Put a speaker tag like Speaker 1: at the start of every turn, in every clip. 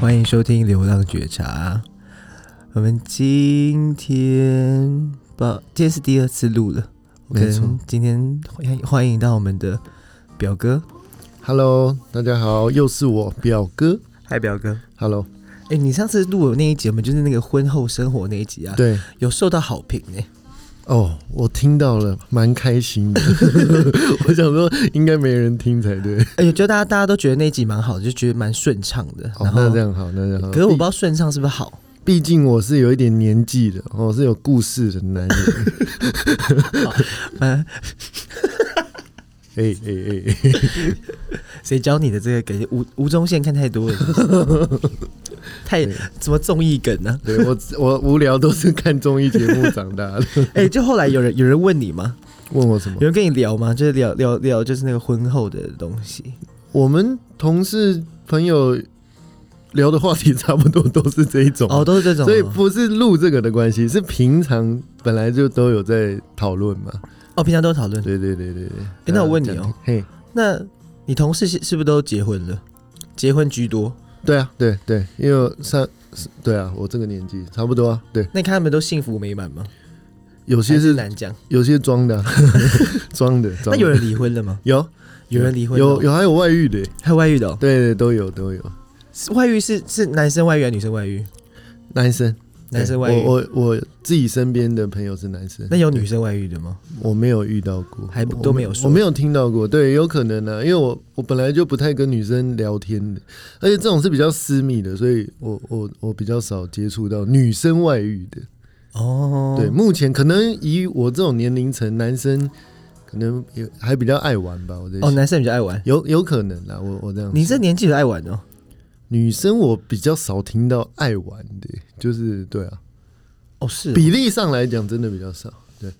Speaker 1: 欢迎收听《流浪觉察》。我们今天把今天是第二次录了，我
Speaker 2: 没错
Speaker 1: 跟今天欢欢迎到我们的表哥，
Speaker 2: Hello，大家好，又是我表哥。
Speaker 1: 嗨，表哥。
Speaker 2: Hello，
Speaker 1: 哎、你上次录的那一集，我们就是那个婚后生活那一集啊，
Speaker 2: 对
Speaker 1: 有受到好评呢、
Speaker 2: 哦，我听到了，蛮开心 的。我想说，应该没人听才对。
Speaker 1: 哎、我觉得大家大家都觉得那一集蛮好的，就觉得蛮顺畅的。
Speaker 2: 哦
Speaker 1: 然，后，
Speaker 2: 那这样好，那这样好。
Speaker 1: 可是我不知
Speaker 2: 毕
Speaker 1: 道顺畅是不是好。
Speaker 2: 毕竟我是有一点年纪的，哦我、是有故事的男人。
Speaker 1: 嗯，
Speaker 2: 哎哎哎哎，
Speaker 1: 谁教你的这个？感觉吴吴宗宪看太多了是不是， 太什么综艺梗呢、啊
Speaker 2: 对我我无聊都是看综艺节目长 大的。
Speaker 1: 哎、就后来有人有人问你吗？
Speaker 2: 问我什么
Speaker 1: 有？人跟你聊吗？就是聊聊聊，就是那个婚后的东西。
Speaker 2: 我们同事朋友聊的话题差不多都是这一种。
Speaker 1: 哦，都是这种哦。
Speaker 2: 所以不是录这个的关系，是平常本来就都有在讨论嘛。
Speaker 1: 哦，平常都讨论。
Speaker 2: 对对对对对。
Speaker 1: 诶那我问你
Speaker 2: 这
Speaker 1: 哦
Speaker 2: 样，嘿，
Speaker 1: 那你同事是是不是都结婚了？结婚居多？
Speaker 2: 对啊，对对，因为我上，是对啊，我这个年纪差不多啊，对，
Speaker 1: 那你看他们都幸福美满吗？
Speaker 2: 有些
Speaker 1: 还是
Speaker 2: 是
Speaker 1: 难讲。
Speaker 2: 有些装 的啊，装的，
Speaker 1: 啊那
Speaker 2: 装的
Speaker 1: 有人离婚了吗？
Speaker 2: 有
Speaker 1: 有人离婚了哦
Speaker 2: 有有还有外遇的，
Speaker 1: 还有外遇的、哦？
Speaker 2: 对对都有都有，
Speaker 1: 是外遇是是男生外遇还是女生外遇？
Speaker 2: 男生
Speaker 1: 男生外
Speaker 2: 对
Speaker 1: 遇。
Speaker 2: 我我我自己身边的朋友是男生，
Speaker 1: 那有女生外遇的吗？
Speaker 2: 我没有遇到过，
Speaker 1: 还
Speaker 2: 我
Speaker 1: 都没有说
Speaker 2: 我没有听到过。对，有可能啊，因为我我本来就不太跟女生聊天的，而且这种是比较私密的，所以我我我比较少接触到女生外遇的。
Speaker 1: 哦，
Speaker 2: 对，，目前可能以我这种年龄层，男生可能也还比较爱玩吧。我在
Speaker 1: 哦，
Speaker 2: 想
Speaker 1: 男生比较爱玩。
Speaker 2: 有有可能啦，我我这样说，
Speaker 1: 你这年纪有爱玩哦？
Speaker 2: 女生我比较少听到爱玩的，就是对啊，
Speaker 1: 哦，是哦
Speaker 2: 比例上来讲真的比较少。对，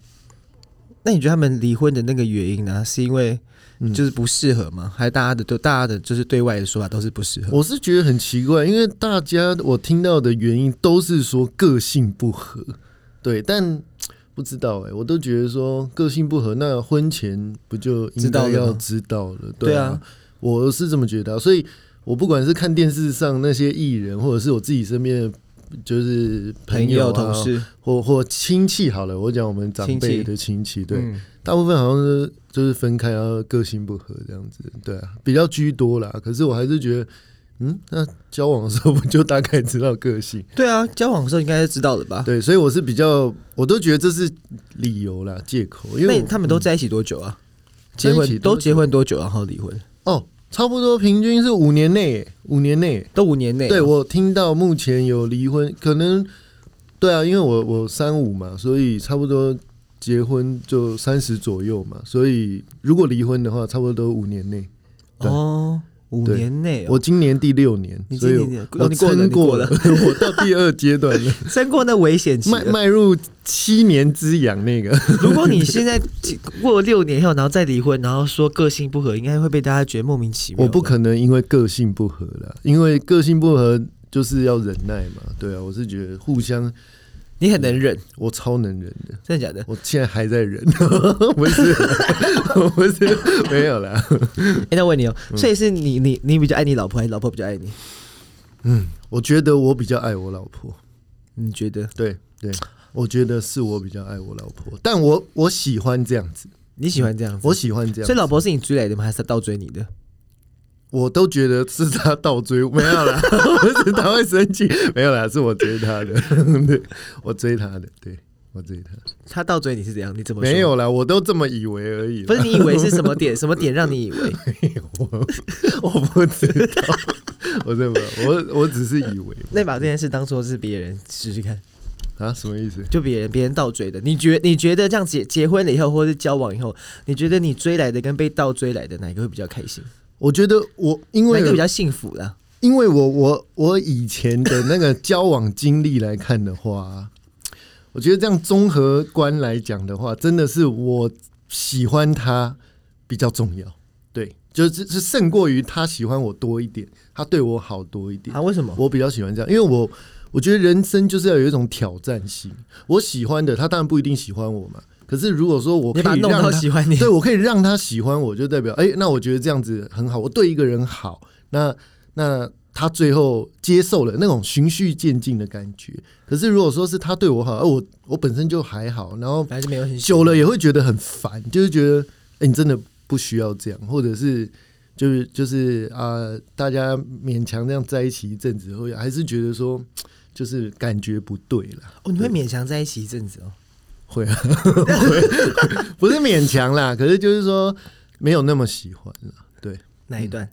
Speaker 1: 那你觉得他们离婚的那个原因呢、是因为
Speaker 2: 嗯
Speaker 1: 就是不适合吗？还是大家的对大家的就是对外的说法都是不适合？
Speaker 2: 我是觉得很奇怪，因为大家我听到的原因都是说个性不合，对，但不知道哎、我都觉得说个性不合，那婚前不就应该要知道了？
Speaker 1: 对
Speaker 2: 对
Speaker 1: 啊
Speaker 2: 啊，我是这么觉得啊、所以我不管是看电视上那些艺人，或者是我自己身边的就是
Speaker 1: 朋
Speaker 2: 友、啊、
Speaker 1: 同事，
Speaker 2: 或或亲戚好了，我讲我们长
Speaker 1: 亲戚
Speaker 2: 辈的亲戚，对，
Speaker 1: 嗯
Speaker 2: 大部分好像是就是分开，然后个性不合这样子，对啊，比较居多啦。可是我还是觉得，嗯，那交往的时候 我就大概知道个性，
Speaker 1: 对啊，交往的时候应该就知道了吧？
Speaker 2: 对，所以我是比较，我都觉得这是理由啦，借口，因为
Speaker 1: 那
Speaker 2: 我嗯
Speaker 1: 他们都在一起多久啊？结
Speaker 2: 在一
Speaker 1: 婚
Speaker 2: 起多
Speaker 1: 都
Speaker 2: 久
Speaker 1: 结婚多久，然后离婚？
Speaker 2: 哦，差不多平均是五年内，五年内，
Speaker 1: 都五年内啊。
Speaker 2: 对我听到目前有离婚，可能对啊，因为我我三五嘛，所以差不多结婚就三十左右嘛，所以如果离婚的话，差不多都五年内。对
Speaker 1: 哦，五
Speaker 2: 对
Speaker 1: 年内哦，
Speaker 2: 我今年第六年
Speaker 1: 你，
Speaker 2: 所
Speaker 1: 今
Speaker 2: 以
Speaker 1: 年
Speaker 2: 我
Speaker 1: 哦
Speaker 2: 我
Speaker 1: 你过了
Speaker 2: 撑
Speaker 1: 你过
Speaker 2: 过了， 我到第二阶段了，
Speaker 1: 撑过那危险期
Speaker 2: 迈
Speaker 1: 了。
Speaker 2: 迈入七年之痒那个。
Speaker 1: 如果你现在结过了六年以后，然后再离婚，然后说个性不合，应该会被大家觉得莫名其妙。
Speaker 2: 我不，可能因为个性不合了，因为个性不合就是要忍耐嘛。对啊，我是觉得互相，
Speaker 1: 你很能忍，
Speaker 2: 我超能忍的，
Speaker 1: 真的假的？
Speaker 2: 我现在还在忍，不是， 我不是没有啦。
Speaker 1: 哎，那我问你哦，
Speaker 2: 嗯
Speaker 1: 所以是你你你比较爱你老婆，还是老婆比较爱你？
Speaker 2: 我觉得我比较爱我老婆，
Speaker 1: 你觉得？
Speaker 2: 对对，我觉得是我比较爱我老婆，但我我喜欢这样子，
Speaker 1: 你喜欢这样子？
Speaker 2: 我喜欢这
Speaker 1: 所
Speaker 2: 样子
Speaker 1: 以老婆是你追来的吗？还是她倒追你的？
Speaker 2: 我都觉得是他倒追我，没有啦， 不是他会生气，没有啦，是我追他的， 对，我追他的，对我追他，
Speaker 1: 她倒追你是怎样？你怎么说
Speaker 2: 没？有啦，我都这么以为而已啦，
Speaker 1: 不是你以为是什么点？什么点让你以为？
Speaker 2: 我，我不知道， 我怎么，我我只是以为
Speaker 1: 那你把这件事当做是别人试试看，
Speaker 2: 啊，什么意思？
Speaker 1: 就别人别人倒追的。你觉你觉得这样结结婚了以后，或者是交往以后，你觉得你追来的跟被倒追来的哪一个会比较开心？
Speaker 2: 我觉得我因
Speaker 1: 哪
Speaker 2: 为
Speaker 1: 一个比较幸福啦？
Speaker 2: 因为我我我以前的那个交往经历来看的话， 我觉得这样综合观来讲的话，真的是我喜欢他比较重要。对，就是是胜过于他喜欢我多一点，他对我好多一点。
Speaker 1: 啊，为什么？
Speaker 2: 我比较喜欢这样，因为我我觉得人生就是要有一种挑战性。我喜欢的，他当然不一定喜欢我嘛。可是如果说我可
Speaker 1: 你把她
Speaker 2: 以
Speaker 1: 弄
Speaker 2: 让
Speaker 1: 到
Speaker 2: 他
Speaker 1: 喜欢你
Speaker 2: 对，我可以让他喜欢我，就代表哎、那我觉得这样子很好，我对一个人好，那那他最后接受了那种循序渐进的感觉。可是如果说是他对我好，而我我本身就还好，然后
Speaker 1: 还是没有很
Speaker 2: 久了也会觉得很烦，就是觉得，哎、你真的不需要这样，或者是就是就是啊、大家勉强这样在一起一阵子，会还是觉得说，就是感觉不对了，
Speaker 1: 哦，你会勉强在一起一阵子哦。
Speaker 2: 会啊，会，不是勉强啦，可是就是说没有那么喜欢了，对。
Speaker 1: 哪一段？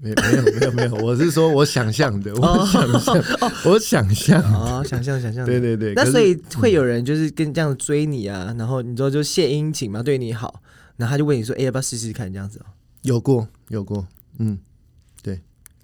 Speaker 2: 没没有没有没有，我是说我想象的，我想象，我想象，
Speaker 1: 哦，想象想象。
Speaker 2: 对对对。可
Speaker 1: 哦那
Speaker 2: 是
Speaker 1: 所以会有人就是跟这样追你啊，然后你之后就献殷勤嘛，对你好，然后他就问你说，哎、要不要试试看这样子哦？
Speaker 2: 有过有过，嗯，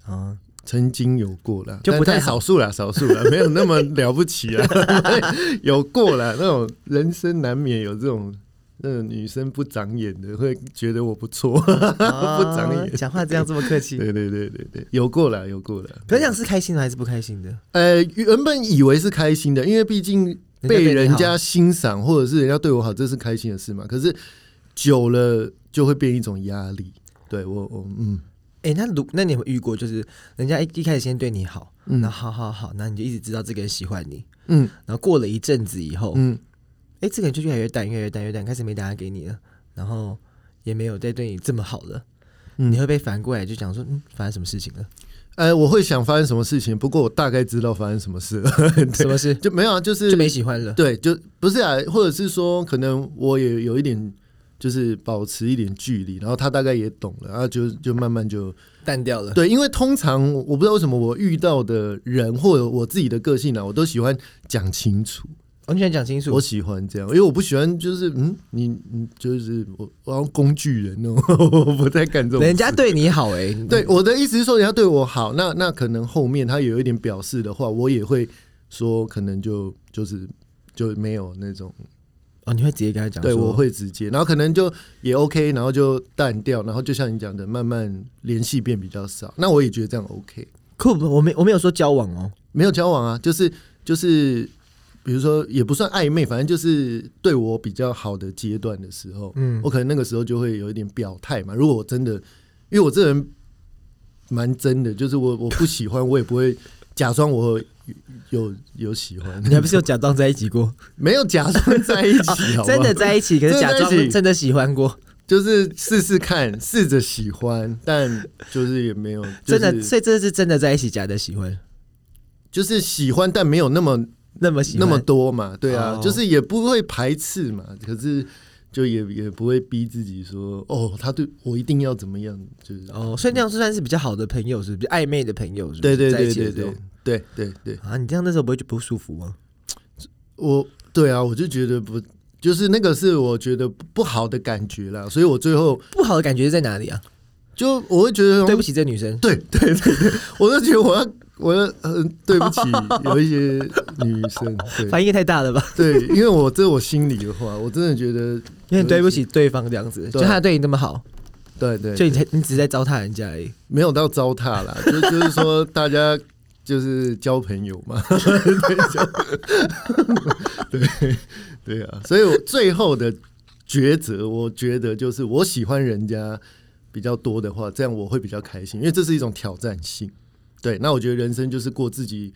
Speaker 1: 啊，
Speaker 2: 曾经有过啦，
Speaker 1: 就不
Speaker 2: 但
Speaker 1: 太
Speaker 2: 但
Speaker 1: 好
Speaker 2: 少数啦，少数啦，没有那么了不起啦，有过啦，那种人生难免有这种。那种女生不长眼的会觉得我不错，
Speaker 1: 哦
Speaker 2: 不长眼
Speaker 1: 讲话这样这么客气。
Speaker 2: 对对对对对，有过啦，有过啦。
Speaker 1: 可是这样是开心的还是不开心的？
Speaker 2: 呃，原本以为是开心的，因为毕竟被
Speaker 1: 人家
Speaker 2: 人
Speaker 1: 对你好
Speaker 2: 家欣赏或者是人家对我好，这是开心的事嘛。可是久了就会变一种压力。对我，我嗯，
Speaker 1: 哎、那如那你有没有遇过，就是人家一一开始先对你好，
Speaker 2: 嗯
Speaker 1: 然后好好好，然后你就一直知道这个人喜欢你，
Speaker 2: 嗯
Speaker 1: 然后过了一阵子以后，哎、
Speaker 2: 嗯，
Speaker 1: 这个人就越来越淡，越来越淡，越来越淡，开始没打给你了，然后也没有再对你这么好了，
Speaker 2: 嗯
Speaker 1: 你会被反过来就讲说，嗯，发生什么事情 了？
Speaker 2: 呃，我会想发生什么事情，不过我大概知道发生什么事了，
Speaker 1: 什么事
Speaker 2: 就没有啊，就是
Speaker 1: 就没喜欢了？
Speaker 2: 对，就不是啊，或者是说，可能我也有一点，就是保持一点距离，然后他大概也懂了，然后就就慢慢就
Speaker 1: 淡掉了。
Speaker 2: 对，因为通常我不知道为什么我遇到的人或者我自己的个性呢、啊我都喜欢讲清楚，
Speaker 1: 完全讲清楚
Speaker 2: 我。喜欢这样，因为我不喜欢就是嗯，你你就是我我要工具人哦， 我不太干这种事，
Speaker 1: 人家对你好哎、
Speaker 2: 对，我的意思是说，人家对我好，那那可能后面他有一点表示的话，我也会说，可能就就是就没有那种，
Speaker 1: 哦，你会直接跟他讲说，
Speaker 2: 对我会直接，然后可能就也 OK，然后就淡掉，然后就像你讲的，慢慢联系变比较少。那我也觉得这样 OK，
Speaker 1: 酷，我没我没有说交往哦，
Speaker 2: 没有交往啊，就是就是，比如说也不算暧昧，反正就是对我比较好的阶段的时候，
Speaker 1: 嗯
Speaker 2: 我可能那个时候就会有一点表态嘛。如果我真的，因为我这人蛮真的，就是我我不喜欢，我也不会假装我有有有喜欢，
Speaker 1: 你还不是有假装在一起过， 啊
Speaker 2: 没有假装在一 起，好不好
Speaker 1: 哦真的在一起，可是
Speaker 2: 真的
Speaker 1: 假
Speaker 2: 在一
Speaker 1: 装
Speaker 2: 起
Speaker 1: 真的喜欢过，
Speaker 2: 就是试试看，试着喜欢，但就是也没有，就
Speaker 1: 真的，
Speaker 2: 是
Speaker 1: 所以这是真的在一起，假的喜欢，
Speaker 2: 就是喜欢，但没有那么
Speaker 1: 那么喜
Speaker 2: 那
Speaker 1: 欢，
Speaker 2: 么多嘛，对啊，
Speaker 1: 哦
Speaker 2: 就是也不会排斥嘛，可是。就也也不会逼自己说哦，他对我一定要怎么样，就是
Speaker 1: 哦，所以那样算是比较好的朋友，是不是？比较暧昧的朋友，是不
Speaker 2: 对
Speaker 1: 是？
Speaker 2: 对
Speaker 1: 在一
Speaker 2: 对
Speaker 1: 起的
Speaker 2: 对
Speaker 1: 时候
Speaker 2: 对对对对，
Speaker 1: 啊，你这样那时候不会就不舒服吗？
Speaker 2: 我对啊，我就觉得不，就是那个是我觉得不好的感觉啦，所以我最后
Speaker 1: 不好的感觉在哪里啊？
Speaker 2: 就我会觉得
Speaker 1: 对不起，这女生，
Speaker 2: 对对对对，我就觉得我要我要呃 对不起有一些女生，
Speaker 1: 反应也太大了吧？
Speaker 2: 对对，因为我这是我心里的话，我真的觉得
Speaker 1: 有点对不起对方这样子，就
Speaker 2: 对
Speaker 1: 他对你那么好，
Speaker 2: 对对，
Speaker 1: 就你才你只是在糟蹋人家而已。
Speaker 2: 没有到糟蹋啦，就就是说大家就是交朋友嘛， 对交对对啊，所以我最后的抉择，我觉得就是我喜欢人家比较多的话，这样我会比较开心，因为这是一种挑战性。对，那我觉得人生就是过自己。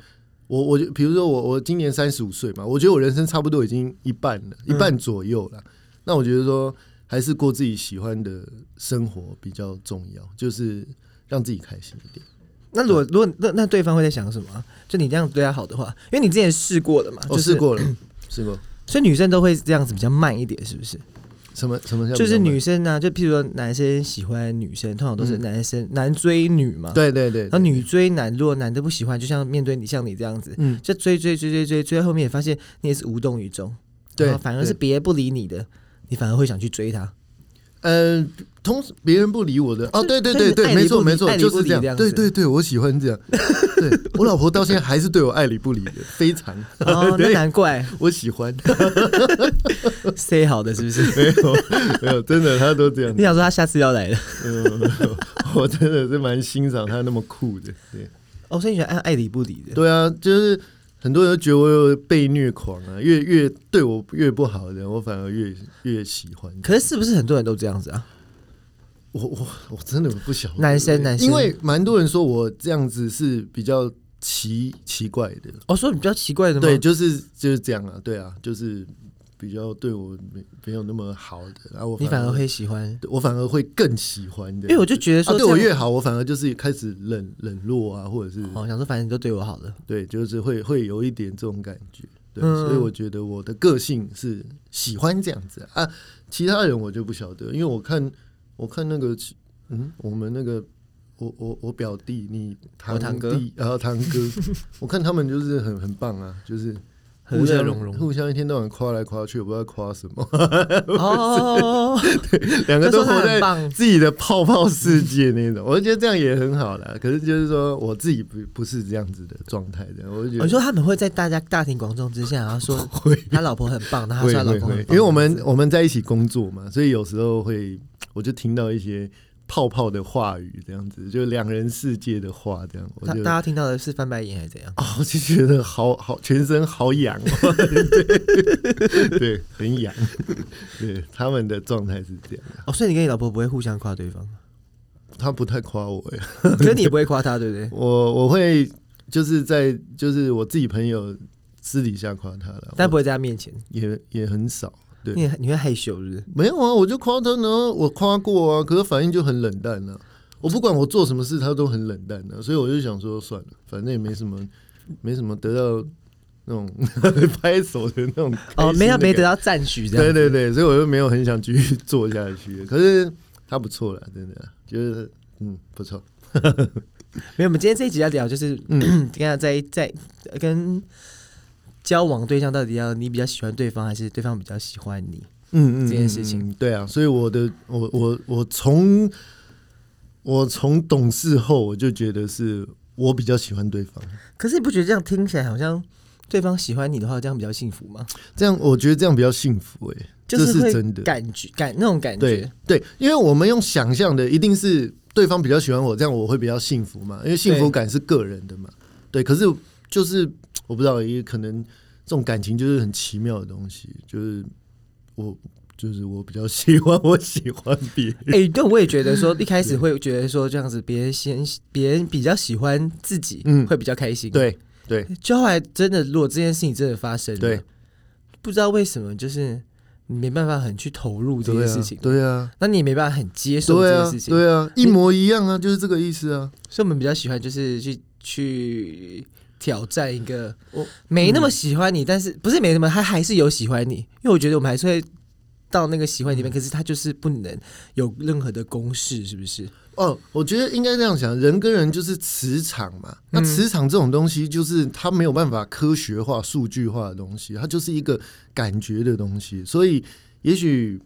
Speaker 2: 我我就比如说我我今年三十五岁嘛，我觉得我人生差不多已经一半了，一半左右了。那我觉得说还是过自己喜欢的生活比较重要，就是让自己开心一点。
Speaker 1: 啊那如果如果那那对方会在想什么啊？就你这样对他好的话，因为你之前试过了嘛，就
Speaker 2: 我、哦、
Speaker 1: 是
Speaker 2: 试，过了，试过
Speaker 1: 所以女生都会这样子比较慢一点，是不是？
Speaker 2: 什么什么叫
Speaker 1: 就是
Speaker 2: 比较慢嗯
Speaker 1: 女生呢、就譬如说男生喜欢女生，通常都是男生、男追女嘛，
Speaker 2: 对对对，
Speaker 1: 然后
Speaker 2: 对
Speaker 1: 女追男，如果男的不喜欢，就像面对你像你这样子，
Speaker 2: 嗯
Speaker 1: 就追追追追追追到后面，发现你也是无动于衷，
Speaker 2: 对
Speaker 1: 然后反而是
Speaker 2: 对
Speaker 1: 别人不理你的，你反而会想去追 他。
Speaker 2: 呃，通别人不理我的哦，
Speaker 1: 就
Speaker 2: 对对
Speaker 1: 就是
Speaker 2: 对
Speaker 1: 爱理
Speaker 2: 对，没
Speaker 1: 不
Speaker 2: 错
Speaker 1: 理
Speaker 2: 没错
Speaker 1: 爱，理
Speaker 2: 就
Speaker 1: 不
Speaker 2: 是
Speaker 1: 理
Speaker 2: 这样
Speaker 1: 这样，
Speaker 2: 对
Speaker 1: 子
Speaker 2: 对对，我喜 欢这样。对我老婆到现在还是对我爱理不理的，非常。
Speaker 1: 哦，那
Speaker 2: 对
Speaker 1: 难 怪
Speaker 2: 我喜欢，
Speaker 1: say 好的是不是？
Speaker 2: 没有没有，真的他都这样
Speaker 1: 你。想说他下次要来了？
Speaker 2: 嗯，我真的是蛮欣赏他那么酷的。对
Speaker 1: 哦，所以你喜欢爱爱理不理的。
Speaker 2: 对啊，就是很多人都觉得我有被虐狂啊，越越对我越不好的人，我反而越越喜欢。
Speaker 1: 可是是不是很多人都这样子啊？
Speaker 2: 我我我真的不晓得
Speaker 1: 男生男生
Speaker 2: 因为蛮多人说我这样子是比较奇奇怪的，
Speaker 1: 哦，说你比较奇怪的吗？
Speaker 2: 对，就是就是这样啊，对啊，就是比较对我没没有那么好的，然、后我
Speaker 1: 你反而
Speaker 2: 而
Speaker 1: 会喜欢，
Speaker 2: 对我反而会更喜欢的，
Speaker 1: 因为我就觉得说
Speaker 2: 啊，
Speaker 1: 这
Speaker 2: 对
Speaker 1: 样，
Speaker 2: 我越好，我反而就是开始冷冷落啊，或者是、
Speaker 1: 哦，想说反正你都对我好了，
Speaker 2: 对，就是会会有一点这种感觉，对，
Speaker 1: 嗯
Speaker 2: 所以我觉得我的个性是喜欢这样子啊，啊其他人我就不晓得，因为我看我看那个嗯，我们那个我我我表弟你堂
Speaker 1: 我堂哥
Speaker 2: 弟然后堂哥， 我看他们就是很很棒啊，就是。
Speaker 1: 和
Speaker 2: 互
Speaker 1: 乐
Speaker 2: 相
Speaker 1: 融融。
Speaker 2: 互相一天到晚夸来夸去，我不知道夸什 么，
Speaker 1: 哦，
Speaker 2: 两个
Speaker 1: 就说
Speaker 2: 都活
Speaker 1: 他很
Speaker 2: 在
Speaker 1: 棒，
Speaker 2: 自己的泡泡世界那种，我就觉得这样也很好啦。可是就是说，我自己不不是这样子的状态，这样我就觉
Speaker 1: 我
Speaker 2: 得
Speaker 1: 哦说他们会在大家大庭广众之下，然后 说他老婆很棒，然后
Speaker 2: 会
Speaker 1: 他说他
Speaker 2: 会
Speaker 1: 老公
Speaker 2: 会
Speaker 1: 很，
Speaker 2: 因
Speaker 1: 棒，
Speaker 2: 为我们我们在一起工作嘛，所以有时候会，我就听到一些泡泡的话语，这样子，就两人世界的话，这样，我
Speaker 1: 大
Speaker 2: 就
Speaker 1: 大家听到的是翻白眼还是怎样？
Speaker 2: 哦，我就觉得好好，全身好痒哦， 对 对，很痒，对，他们的状态是这样，
Speaker 1: 哦，所以你跟你老婆不会互相夸对 方，
Speaker 2: 他不太夸我哎，
Speaker 1: 可是你也不会夸他，对不对？
Speaker 2: 我我会就是在就是我自己朋友私底下夸他了，
Speaker 1: 但
Speaker 2: 我
Speaker 1: 不会在他面前，
Speaker 2: 也也很少。对
Speaker 1: 你也你会害羞是不是？
Speaker 2: 没有啊，我就夸他呢，我夸过啊，可是反应就很冷淡啊。我不管我做什么事，他都很冷淡的、所以我就想说算了，反正也没什么，没什么得到那种 拍手的那种
Speaker 1: 哦，没有没得
Speaker 2: 到，
Speaker 1: 到赞许这
Speaker 2: 对
Speaker 1: 样。
Speaker 2: 对对，所以我就没有很想继续做下去。可是他不错了，真的，就是嗯不错，
Speaker 1: 没有，我们今天这一集要聊就是，
Speaker 2: 嗯
Speaker 1: 等一下在在 跟交往对象到底要你比较喜欢对方，还是对方比较喜欢你？
Speaker 2: 嗯嗯，
Speaker 1: 这件事情
Speaker 2: 嗯，嗯对啊，所以我的我我我从我从懂事后，我就觉得是我比较喜欢对方。
Speaker 1: 可是你不觉得这样听起来好像对方喜欢你的话，这样比较幸福吗？
Speaker 2: 这样我觉得这样比较幸福哎、
Speaker 1: 就
Speaker 2: 这是
Speaker 1: 会
Speaker 2: 真的。
Speaker 1: 感觉感那种感
Speaker 2: 对
Speaker 1: 觉。
Speaker 2: 对，因为我们用想象的，一定是对方比较喜欢我，这样我会比较幸福嘛，因为幸福感是个人的嘛。对，可是就是我不知道，也可能这种感情就是很奇妙的东西，就是我就是我比较喜欢我喜欢别 人。
Speaker 1: 哎、对，我也觉得说一开始会觉得说这样子，别人先别人比较喜欢自己，
Speaker 2: 嗯
Speaker 1: 会比较开心。，
Speaker 2: 对对
Speaker 1: 就后来真的，如果这件事情真的发生了，
Speaker 2: 对，
Speaker 1: 不知道为什么就是你没办法很去投入这
Speaker 2: 对
Speaker 1: 件
Speaker 2: 啊
Speaker 1: 事情，
Speaker 2: 对啊，
Speaker 1: 那你也没办法很接受
Speaker 2: 对
Speaker 1: 这件
Speaker 2: 啊
Speaker 1: 事，情，
Speaker 2: 对啊，一模一样啊，就是这个意思啊。
Speaker 1: 所以我们比较喜欢就是去去挑战一个
Speaker 2: 我嗯
Speaker 1: 没那么喜欢你，但是不是没那么，他还是有喜欢你，因为我觉得我们还是会到那个喜欢里
Speaker 2: 嗯
Speaker 1: 面，可是他就是不能有任何的公式，是不是？
Speaker 2: 哦，我觉得应该这样想，人跟人就是磁场嘛。那
Speaker 1: 嗯
Speaker 2: 磁场这种东西，就是它没有办法科学化、数据化的东西，它就是一个感觉的东西。所以，也许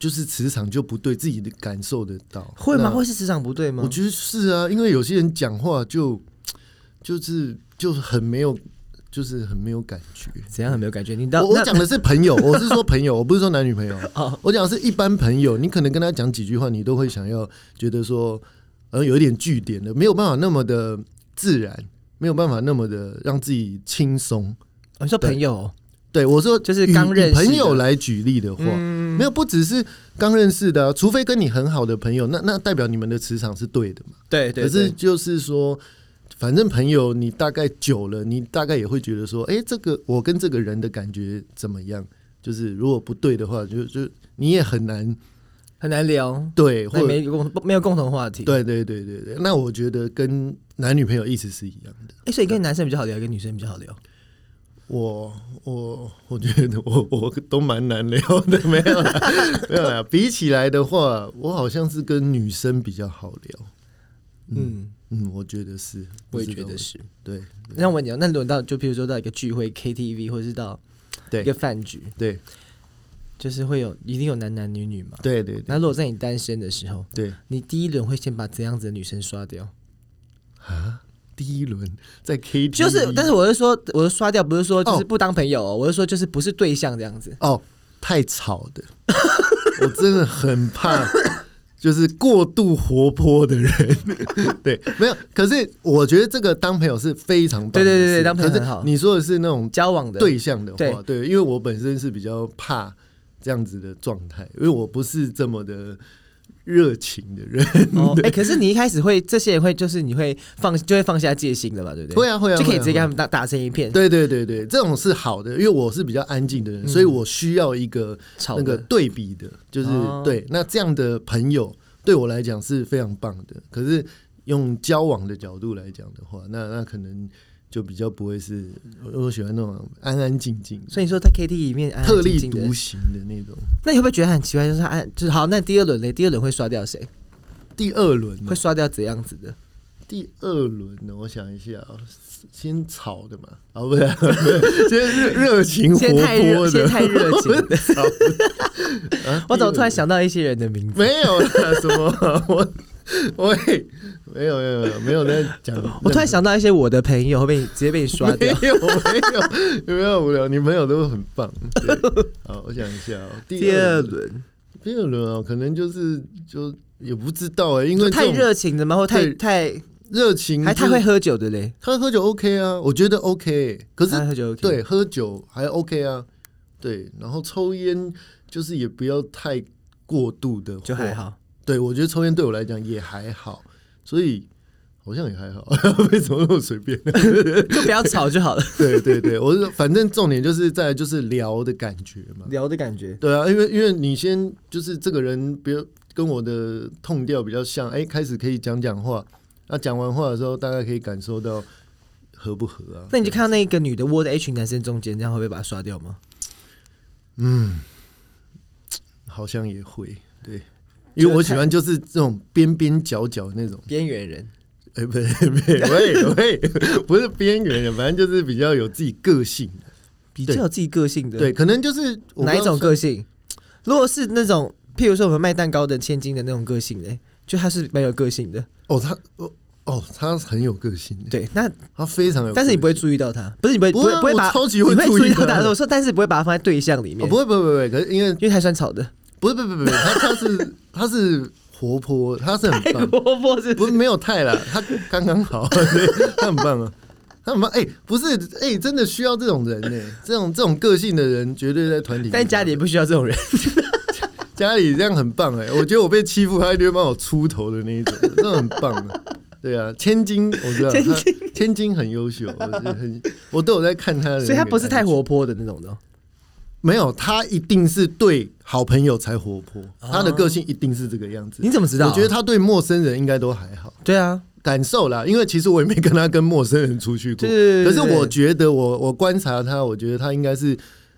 Speaker 2: 就是磁场就不对，自己的感受得到。
Speaker 1: 会吗？
Speaker 2: 那
Speaker 1: 会是磁场不对吗
Speaker 2: 我？觉得是啊，因为有些人讲话就就是就是很没有，就是很没有感觉。
Speaker 1: 怎样很没有感觉？你到
Speaker 2: 我我
Speaker 1: 那
Speaker 2: 讲的是朋友，我是说朋友，我不是说男女朋友。
Speaker 1: 哦
Speaker 2: 我讲的是一般朋友，你可能跟他讲几句话，你都会想要觉得说，呃，有一点据点的，没有办法那么的自然，没有办法那么的让自己轻松。
Speaker 1: 哦你说朋友哦
Speaker 2: 对我说，
Speaker 1: 就是
Speaker 2: 以
Speaker 1: 刚认识
Speaker 2: 以
Speaker 1: 的
Speaker 2: 朋友来举例的话，
Speaker 1: 嗯
Speaker 2: 没有不只是刚认识的啊、除非跟你很好的朋友，那那代表你们的磁场是对的嘛。
Speaker 1: 对对
Speaker 2: 可是
Speaker 1: 对，
Speaker 2: 就是说，反正朋友你大概久了，你大概也会觉得说，哎、这个我跟这个人的感觉怎么样？就是如果不对的话，就就你也很难
Speaker 1: 很难聊，
Speaker 2: 对，或
Speaker 1: 那
Speaker 2: 者
Speaker 1: 没共没有共同话题。，
Speaker 2: 对对对对对。那我觉得跟男女朋友意思是一样的。
Speaker 1: 哎，所以跟男生比较好聊，跟女生比较好聊。
Speaker 2: 我我我觉得我我都蛮难聊的，没有啦，没有啦。比起来的话，我好像是跟女生比较好聊。
Speaker 1: 嗯，
Speaker 2: 嗯，我觉得是，
Speaker 1: 我也
Speaker 2: 不知
Speaker 1: 觉
Speaker 2: 道
Speaker 1: 得
Speaker 2: 为什
Speaker 1: 是。
Speaker 2: 么对
Speaker 1: 那我问你哦，那轮到就譬如说到一个聚会 KTV，或是到
Speaker 2: 对
Speaker 1: 一个饭局，
Speaker 2: 对
Speaker 1: 就是会有一定有男男女女嘛。
Speaker 2: 对对对
Speaker 1: 那如果在你单身的时候，
Speaker 2: 对
Speaker 1: 你第一轮会先把怎样子的女生刷掉？
Speaker 2: 啊！第一轮在 K
Speaker 1: 就是，但是我是说，我是刷掉，不是说就是
Speaker 2: 哦
Speaker 1: 不当朋友、哦，我是说就是不是对象这样子。
Speaker 2: 哦，太吵的， 我真的很怕，就是过度活泼的人。 对，没有。可是我觉得这个当朋友是非常棒的
Speaker 1: 对对对对
Speaker 2: 事
Speaker 1: 当朋友
Speaker 2: 可是
Speaker 1: 很好
Speaker 2: 你说的是那种
Speaker 1: 交往的
Speaker 2: 对象的话，
Speaker 1: 对
Speaker 2: 对，因为我本身是比较怕这样子的状态，因为我不是这么的热情的人，
Speaker 1: 哦，哎、可是你一开始会这些人会就是你会放就会放下戒心的吧，对不对？
Speaker 2: 会啊会啊，
Speaker 1: 就可以
Speaker 2: 会啊
Speaker 1: 直接跟
Speaker 2: 会啊
Speaker 1: 他们打打成一片，
Speaker 2: 对对对对，这种是好的，因为我是比较安静的
Speaker 1: 嗯
Speaker 2: 人，所以我需要一个
Speaker 1: 吵
Speaker 2: 那个
Speaker 1: 的。
Speaker 2: 对比的，就是、
Speaker 1: 哦
Speaker 2: 对。那这样的朋友对我来讲是非常棒的。可是用交往的角度来讲的话，那那可能就比较不会是，我我喜欢那种安安静静的、
Speaker 1: 所以你说在 KT 里面安安啊
Speaker 2: 特立
Speaker 1: 静静的
Speaker 2: 独行的那种。
Speaker 1: 那你会不会觉得很奇怪？就是他按就是好，那第二轮嘞？第二轮会刷掉谁？
Speaker 2: 第二轮呢
Speaker 1: 会刷掉怎样子的？
Speaker 2: 第二轮呢？我想一下啊、先吵的嘛，啊不是，先热热情活
Speaker 1: 现在太热，
Speaker 2: 泼
Speaker 1: 现
Speaker 2: 的
Speaker 1: 在，太热情了。
Speaker 2: 吵的。啊
Speaker 1: 我怎么
Speaker 2: 第
Speaker 1: 突
Speaker 2: 二
Speaker 1: 然想到一些人的名字？
Speaker 2: 没有啦，什么？ 我我也没有没有没有没有在讲。
Speaker 1: 我突然想到一些我的朋友会被你直接被你刷
Speaker 2: 没
Speaker 1: 掉
Speaker 2: 有。没有有没有无聊？你朋友都很棒。对好，我想一下、哦，
Speaker 1: 第二
Speaker 2: 二
Speaker 1: 轮
Speaker 2: 第二轮啊，可能就是就也不知道哎、因为
Speaker 1: 太
Speaker 2: 这种
Speaker 1: 热情的吗？或太
Speaker 2: 对
Speaker 1: 太
Speaker 2: 热情、
Speaker 1: 还太会，喝酒的嘞？
Speaker 2: 他喝酒 OK 啊，我觉得 OK，欸、可是
Speaker 1: 他喝酒 OK。
Speaker 2: 对，喝酒还 OK 啊，对，然后抽烟就是也不要太过度的，
Speaker 1: 就还。好。
Speaker 2: 对，我觉得抽烟对我来讲也还好，所以好像也还好。 为什么那么随便？
Speaker 1: 就不要吵就好了。
Speaker 2: 对对对，我是反正重点就是在就是 聊的感觉嘛。
Speaker 1: 聊的感觉，
Speaker 2: 对啊，因为因为你先就是这个人，比如跟我的痛调比较像，哎，开始可以讲讲话，那、讲完话的时候，大概可以感受到合不合啊。
Speaker 1: 那你就看到那个女的窝在一群男生中间，这样会不会把她刷掉吗？
Speaker 2: 好像也会对，因为我喜欢就是这种边边角角那种。
Speaker 1: 边缘人，
Speaker 2: 哎、不是，不是，喂喂， 不是边缘人，反正就是比较有自己个性的。
Speaker 1: 比较有自己个性的，
Speaker 2: 对，，可能就是我不
Speaker 1: 哪一
Speaker 2: 知道
Speaker 1: 种个性？如果是那种，譬如说我们卖蛋糕的千金的那种个性嘞，就她是蛮有个性的，
Speaker 2: 哦，他哦哦，他很有个性的，
Speaker 1: 对，那
Speaker 2: 他非常有个性。
Speaker 1: 但是你不会注意到她，不是你不会
Speaker 2: 不
Speaker 1: 会
Speaker 2: 会啊
Speaker 1: 不会把
Speaker 2: 我超级
Speaker 1: 你
Speaker 2: 会
Speaker 1: 会
Speaker 2: 注
Speaker 1: 注
Speaker 2: 意
Speaker 1: 意
Speaker 2: 她
Speaker 1: 到她，我说但是不会把她放在对象里
Speaker 2: 哦
Speaker 1: 面，
Speaker 2: 不会不会不会，可是因为
Speaker 1: 因为她算吵的，
Speaker 2: 不是不不不，不他他是他是活泼，他是很
Speaker 1: 太
Speaker 2: 棒，
Speaker 1: 活泼是
Speaker 2: 哎不是没有太啦，他刚刚好，对他很棒啊。他很棒，哎、不是，哎、真的需要这种人呢、这种这种个性的人，绝对在团体。
Speaker 1: 但家里也不需要这种人，
Speaker 2: 家里这样很棒哎、我觉得我被欺负，他一定会帮我出头的那一种，真的很棒、啊。对啊，千金我知道，
Speaker 1: 千
Speaker 2: 他千金很优秀，我觉得很我都有在看他的那个 IG，
Speaker 1: 所以她不是太活泼的那种的哦。
Speaker 2: 没有，他一定是对好朋友才活泼，他的个性一定是这个样子。
Speaker 1: 你怎么知道？啊
Speaker 2: 我觉得他对陌生人应该都还好，
Speaker 1: 对啊，
Speaker 2: 感受啦，因为其实我也没跟他跟陌生人出去过。
Speaker 1: 对对对
Speaker 2: 可
Speaker 1: 对
Speaker 2: 是
Speaker 1: 对
Speaker 2: 我觉得我我观察他，我觉得他应该是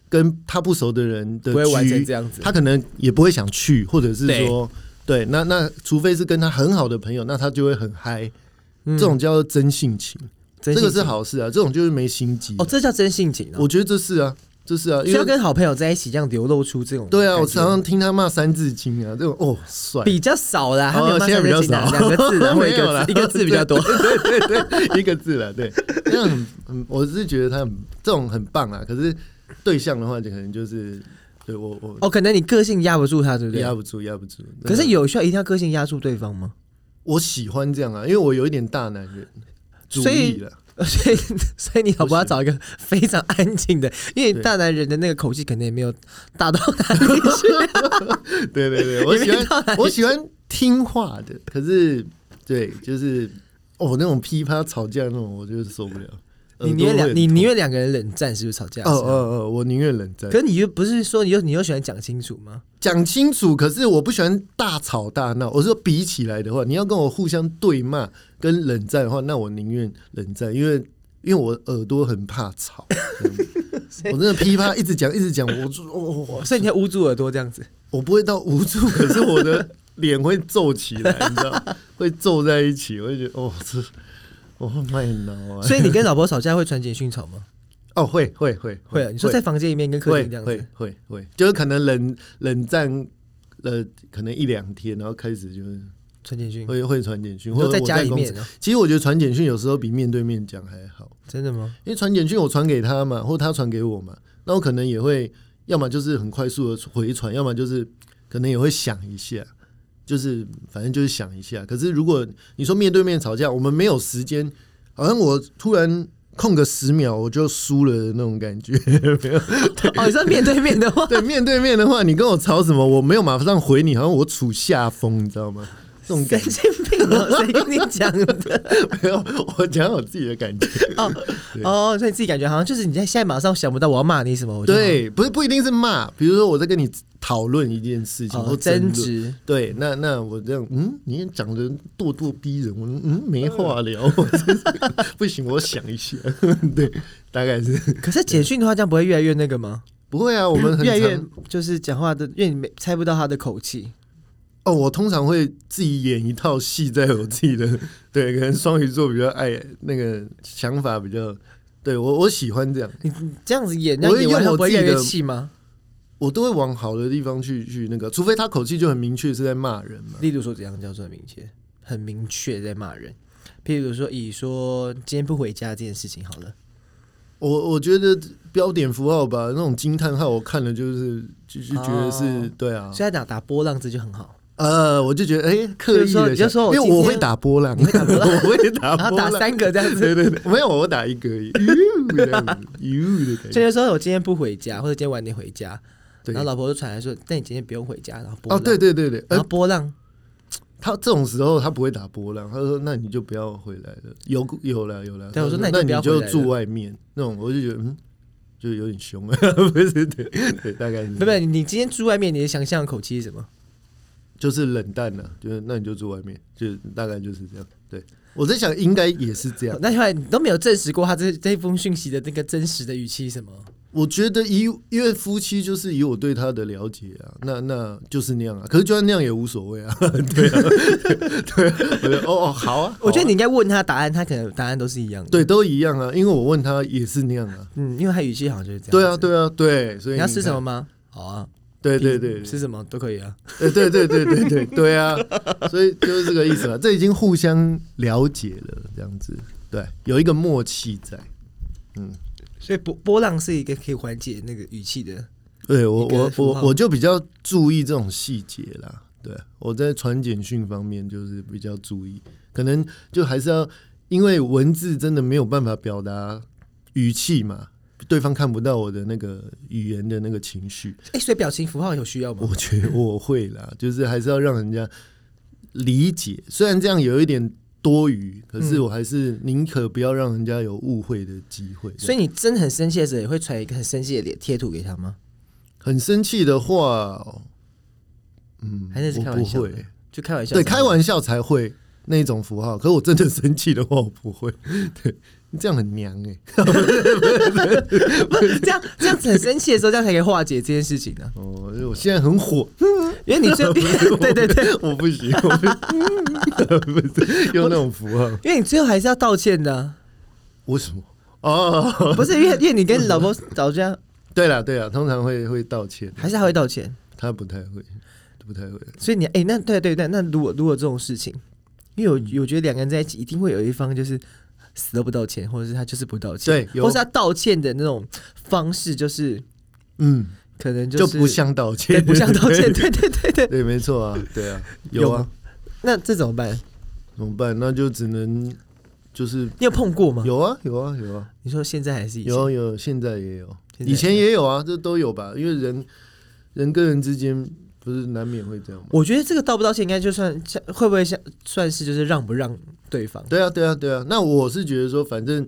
Speaker 2: 跟他不熟的人的
Speaker 1: 不会玩成
Speaker 2: 局
Speaker 1: 这样子
Speaker 2: 他可能也不会想去，或者是
Speaker 1: 对
Speaker 2: 说对，那那除非是跟他很好的朋友，那他就会很嗨。这种叫做真性情，
Speaker 1: 嗯真
Speaker 2: 这
Speaker 1: 性
Speaker 2: 个是
Speaker 1: 情
Speaker 2: 好事啊，这种就是没心机啊、
Speaker 1: 哦，这叫真性情哦。
Speaker 2: 我觉得这是啊，这是啊，
Speaker 1: 需
Speaker 2: 因
Speaker 1: 要
Speaker 2: 为
Speaker 1: 跟好朋友在一起，这样流露出这种
Speaker 2: 对啊，我
Speaker 1: 感觉
Speaker 2: 常常听他骂三字经啊，这种哦帅。
Speaker 1: 比较少啦，他没有
Speaker 2: 哦，
Speaker 1: 办
Speaker 2: 现
Speaker 1: 法
Speaker 2: 在比较
Speaker 1: 认清
Speaker 2: 少，
Speaker 1: 哪两个 字，然啊后一
Speaker 2: 没有
Speaker 1: 个
Speaker 2: 啦
Speaker 1: 字一个字比较 多。
Speaker 2: 对对对对，一个字了，对，这样很，很我是觉得他很这种很棒啊，可是对象的话，就可能就是对我我
Speaker 1: 哦，可能你个性压不住他，对不对
Speaker 2: 压？不住，压不住。
Speaker 1: 可是
Speaker 2: 对
Speaker 1: 有需要一定要个性压住对方吗？
Speaker 2: 我喜欢这样啊，因为我有一点大男人主
Speaker 1: 所以
Speaker 2: 义了，
Speaker 1: 所以，所以你老婆要找一个非常安静的，因为
Speaker 2: 对
Speaker 1: 大男人的那个口气可能也没有大到哪里去。
Speaker 2: 对对对，我喜
Speaker 1: 你没到哪
Speaker 2: 欢我喜欢听话的，可是对，就是哦那种噼啪吵架那种，我就是受不了。
Speaker 1: 你宁愿
Speaker 2: 耳朵会
Speaker 1: 两
Speaker 2: 很
Speaker 1: 你
Speaker 2: 痛
Speaker 1: 宁愿两个人冷战，是不是吵架？
Speaker 2: 哦哦。哦，我宁愿冷战
Speaker 1: 可。是你又不是说你又你又喜欢讲清楚吗？
Speaker 2: 讲清楚，可是我不喜欢大吵大闹。我说比起来的话，你要跟我互相对骂跟冷战的话，那我宁愿冷战，因为因为我耳朵很怕 吵，真的我真的噼啪一直讲一直讲，我就我我
Speaker 1: 所以你要捂住耳朵这样子。
Speaker 2: 我不会到无助，可是我的脸会皱起来，你知道，会皱在一起，我会觉得哦，这我会卖脑啊，
Speaker 1: 所以你 跟老婆吵架会传简讯吵吗？
Speaker 2: 哦，会会会
Speaker 1: 会啊。你说在房间里面跟客
Speaker 2: 会
Speaker 1: 厅这样
Speaker 2: 会
Speaker 1: 子，
Speaker 2: 会会，就是可能冷冷战了，可能一两天，然后开始就是。
Speaker 1: 传简讯，
Speaker 2: 会会传简讯，
Speaker 1: 你
Speaker 2: 或
Speaker 1: 说
Speaker 2: 者
Speaker 1: 在
Speaker 2: 我
Speaker 1: 家里
Speaker 2: 公
Speaker 1: 面
Speaker 2: 司。
Speaker 1: 哦，
Speaker 2: 其实我觉得传简讯有时候比面对面讲还好，
Speaker 1: 真的吗？
Speaker 2: 因为传简讯我传给他嘛，或他传给我嘛，那我可能也会要么就是很快速的回传，要么就是可能也会想一下，就是反正就是想一下。可是如果你说面对面吵架，我们没有时间，好像我突然空个十秒我就输了的那种感觉。没有
Speaker 1: 哦，你说面对面的话，
Speaker 2: 对，面对面的话，你跟我吵什么，我没有马上回你，好像我处下风，你知道吗？ 这种
Speaker 1: 神
Speaker 2: 感觉，
Speaker 1: 经病哦， 谁跟你讲的？
Speaker 2: 没有，我讲我自己的感觉。
Speaker 1: 哦哦，所以自己感觉好像就是你在现在马上想不到我要骂你什么，我就哦
Speaker 2: 对，不是不一定是骂，比如说我在跟你讨论一件事情
Speaker 1: 哦
Speaker 2: 或
Speaker 1: 争
Speaker 2: 争论，
Speaker 1: 执，
Speaker 2: 对，那那我这样，嗯，你讲的咄咄逼人，我嗯没话聊， 我真是不行，我想一下， 对，大概是
Speaker 1: 可是简讯的话，这样不会越来越那个吗？
Speaker 2: 不会啊，我们很
Speaker 1: 越来越
Speaker 2: 常
Speaker 1: 就是讲话的，因为你没猜不到他的口气。
Speaker 2: 哦，我通常会自己演一套戏，在我自己的 对，可能双鱼座比较爱那个想法比较，对我我喜欢这样，
Speaker 1: 你你这样子演，那
Speaker 2: 我会
Speaker 1: 演完
Speaker 2: 用
Speaker 1: 他
Speaker 2: 我
Speaker 1: 不会
Speaker 2: 自
Speaker 1: 越
Speaker 2: 己
Speaker 1: 来越
Speaker 2: 的
Speaker 1: 气吗？
Speaker 2: 我都会往好的地方去去那个，除非他口气就很明确是在骂人嘛，
Speaker 1: 例如说怎样叫做很明确，很明确在骂人。譬如说，以说今天不回家这件事情好了，
Speaker 2: 我我觉得标点符号吧，那种惊叹号，我看了就是就是觉得是、
Speaker 1: 哦
Speaker 2: 对啊
Speaker 1: 所以，他打打波浪字就很好，
Speaker 2: 呃，我就觉得哎、刻意的
Speaker 1: 就是说你就
Speaker 2: 想，
Speaker 1: 说我
Speaker 2: 因为
Speaker 1: 今
Speaker 2: 我
Speaker 1: 天
Speaker 2: 会打波浪，
Speaker 1: 你会打波
Speaker 2: 我会打
Speaker 1: 然后
Speaker 2: 啊波
Speaker 1: 打
Speaker 2: 浪，
Speaker 1: 三个这样子。
Speaker 2: 对对对，没有我打一个 而已，呦这样子呦的感
Speaker 1: 所
Speaker 2: 觉，
Speaker 1: 以就说我今天不回家，或者今天晚点回家，
Speaker 2: 对
Speaker 1: 然后老婆就传来说，但你今天不用回家，然后波
Speaker 2: 哦，
Speaker 1: 浪，
Speaker 2: 对对对对，
Speaker 1: 然
Speaker 2: 呃
Speaker 1: 后，波浪，
Speaker 2: 他这种时候他不会打波浪，他说那你就不要回来了，有有了有了，
Speaker 1: 对我说那
Speaker 2: 他那
Speaker 1: 你就不要回
Speaker 2: 你就
Speaker 1: 来了
Speaker 2: 住外面那种，我就觉得嗯，就有点凶， 不是对对，大概是
Speaker 1: 不不，你今天住外面，你的想象的口气是什么？
Speaker 2: 就是冷淡了、就是那你就住外面，就大概就是这样。对我在想，应该也是这样。
Speaker 1: 那后来你都没有证实过他这这封讯息的那个真实的语气是什么？
Speaker 2: 我觉得以因为夫妻就是以我对他的了解啊，那那就是那样啊。可是就算那样也无所谓啊， 对啊，对啊，我觉得哦哦好啊，
Speaker 1: 我觉得
Speaker 2: 好啊
Speaker 1: 你应该问他答案，他可能答案都是一样的。，
Speaker 2: 对都一样啊，因为我问他也是那样啊。
Speaker 1: 嗯，因为他语气好像就是这样。
Speaker 2: 对啊，，对啊，对，所以
Speaker 1: 你要
Speaker 2: 看
Speaker 1: 吃什么？吗？好啊，
Speaker 2: 对对对，
Speaker 1: 吃什么都可以啊。
Speaker 2: 呃对对对对对对啊，所以就是这个意思啊，这已经互相了解了，这样子，对，有一个默契在。
Speaker 1: 所以波波浪是一个可以缓解那个语气的。
Speaker 2: 对我
Speaker 1: 一个
Speaker 2: 我
Speaker 1: 符号
Speaker 2: 我我就比较注意这种细节啦。对，我在传简讯方面就是比较注意，可能就还是要因为文字真的没有办法表达语气嘛，对方看不到我的那个语言的那个 情绪，
Speaker 1: 哎、所以表情符号有需要吗？
Speaker 2: 我觉得我会啦，就是还是要让人家理解。虽然这样有一点多余，可
Speaker 1: 嗯
Speaker 2: 是我还是宁可不要让人家有误会的机会。
Speaker 1: 所以你真的很生气的时候，也会传一个很生气的脸贴图给他吗？
Speaker 2: 很生气的话，哦嗯，
Speaker 1: 还是是
Speaker 2: 我
Speaker 1: 开
Speaker 2: 不
Speaker 1: 玩笑的
Speaker 2: 会。
Speaker 1: 就开玩笑。
Speaker 2: 对，开。玩笑才会那种符号。可是我真的生气的话，我不会。 对，你这样很娘哎、
Speaker 1: 不是 这样，这样子很生气的时候，这样才可以化解这件事情呢、啊
Speaker 2: 哦，我现在很火，
Speaker 1: 因为你最 对对对，
Speaker 2: 我不行，我不行， 不是用那种符号。
Speaker 1: 因为你最后还是要道歉的啊、
Speaker 2: 为什么？哦，
Speaker 1: 不是因为因为你跟老婆吵架，
Speaker 2: 对了对了，通常会会道歉，
Speaker 1: 还是还会道歉。
Speaker 2: 他不太会，不太会。
Speaker 1: 所以你哎、那对对对，那如果如果这种事情，因为我我觉得两个人在一起，一定会有一方就是死都不道歉，或者是他就是不道歉，
Speaker 2: 对有
Speaker 1: 或是他道歉的那种方式就是
Speaker 2: 嗯，
Speaker 1: 可能
Speaker 2: 就是不像道
Speaker 1: 对
Speaker 2: 歉，
Speaker 1: 不像道歉， 对
Speaker 2: 对。
Speaker 1: 对对对。
Speaker 2: 对，没错啊，对啊，有
Speaker 1: 有
Speaker 2: 啊
Speaker 1: 吗，那这怎么办？
Speaker 2: 怎么办？那就只能就是
Speaker 1: 你有碰过吗？
Speaker 2: 有啊，有啊，有啊。
Speaker 1: 你说现在还是以前？
Speaker 2: 有有，现在也有，
Speaker 1: 现在
Speaker 2: 以
Speaker 1: 也
Speaker 2: 前
Speaker 1: 有
Speaker 2: 也有啊，这都有吧？因为人人跟人之间不是难免会这样吗？
Speaker 1: 我觉得这个道不道歉，应该就算像会不会像算是就是让不让对方？
Speaker 2: 对啊，对啊，对啊。那我是觉得说，反正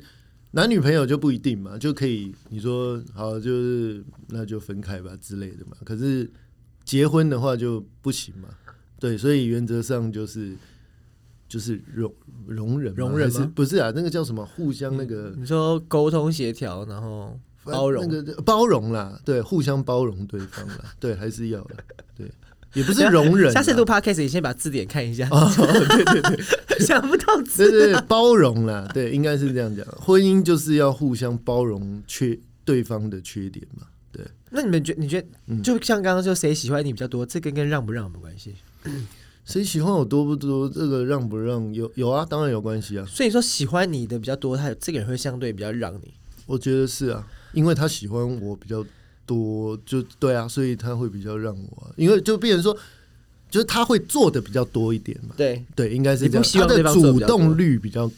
Speaker 2: 男女朋友就不一定嘛，就可以你说好就是那就分开吧之类的嘛。可是结婚的话就不行嘛，对，所以原则上就是。就是容容忍吗，
Speaker 1: 容忍
Speaker 2: 还是
Speaker 1: 吗
Speaker 2: 不是啊？那个叫什么？互相那个
Speaker 1: 你说沟通协调，然后包容
Speaker 2: 那个包容啦，对，互相包容对方啦， 对，还是要啦，对，也不是
Speaker 1: 下
Speaker 2: 容忍啦，
Speaker 1: 下次录 podcast 你先把字典看一下，
Speaker 2: 哦，对对对
Speaker 1: 想不到字。
Speaker 2: 对对，对包容啦，对，应该是这样讲，婚姻就是要互相包容缺对方的缺点嘛，对，
Speaker 1: 那你们觉你觉得，
Speaker 2: 嗯
Speaker 1: 就像刚刚说谁喜欢你比较多，这个跟让不让有没有关系？
Speaker 2: 谁喜欢我多不多，这个让不让有有啊，当然有关系啊，
Speaker 1: 所以说喜欢你的比较多，他这个人会相对比较让你。
Speaker 2: 我觉得是啊，因为他喜欢我比较多，就对啊，所以他会比较让我啊、因为就变成说，就是他会做的比较多一点嘛。
Speaker 1: 对，
Speaker 2: 对，应该是这
Speaker 1: 你不
Speaker 2: 样。
Speaker 1: 希望
Speaker 2: 他
Speaker 1: 对
Speaker 2: 的
Speaker 1: 方做得
Speaker 2: 主
Speaker 1: 比较多
Speaker 2: 动率比较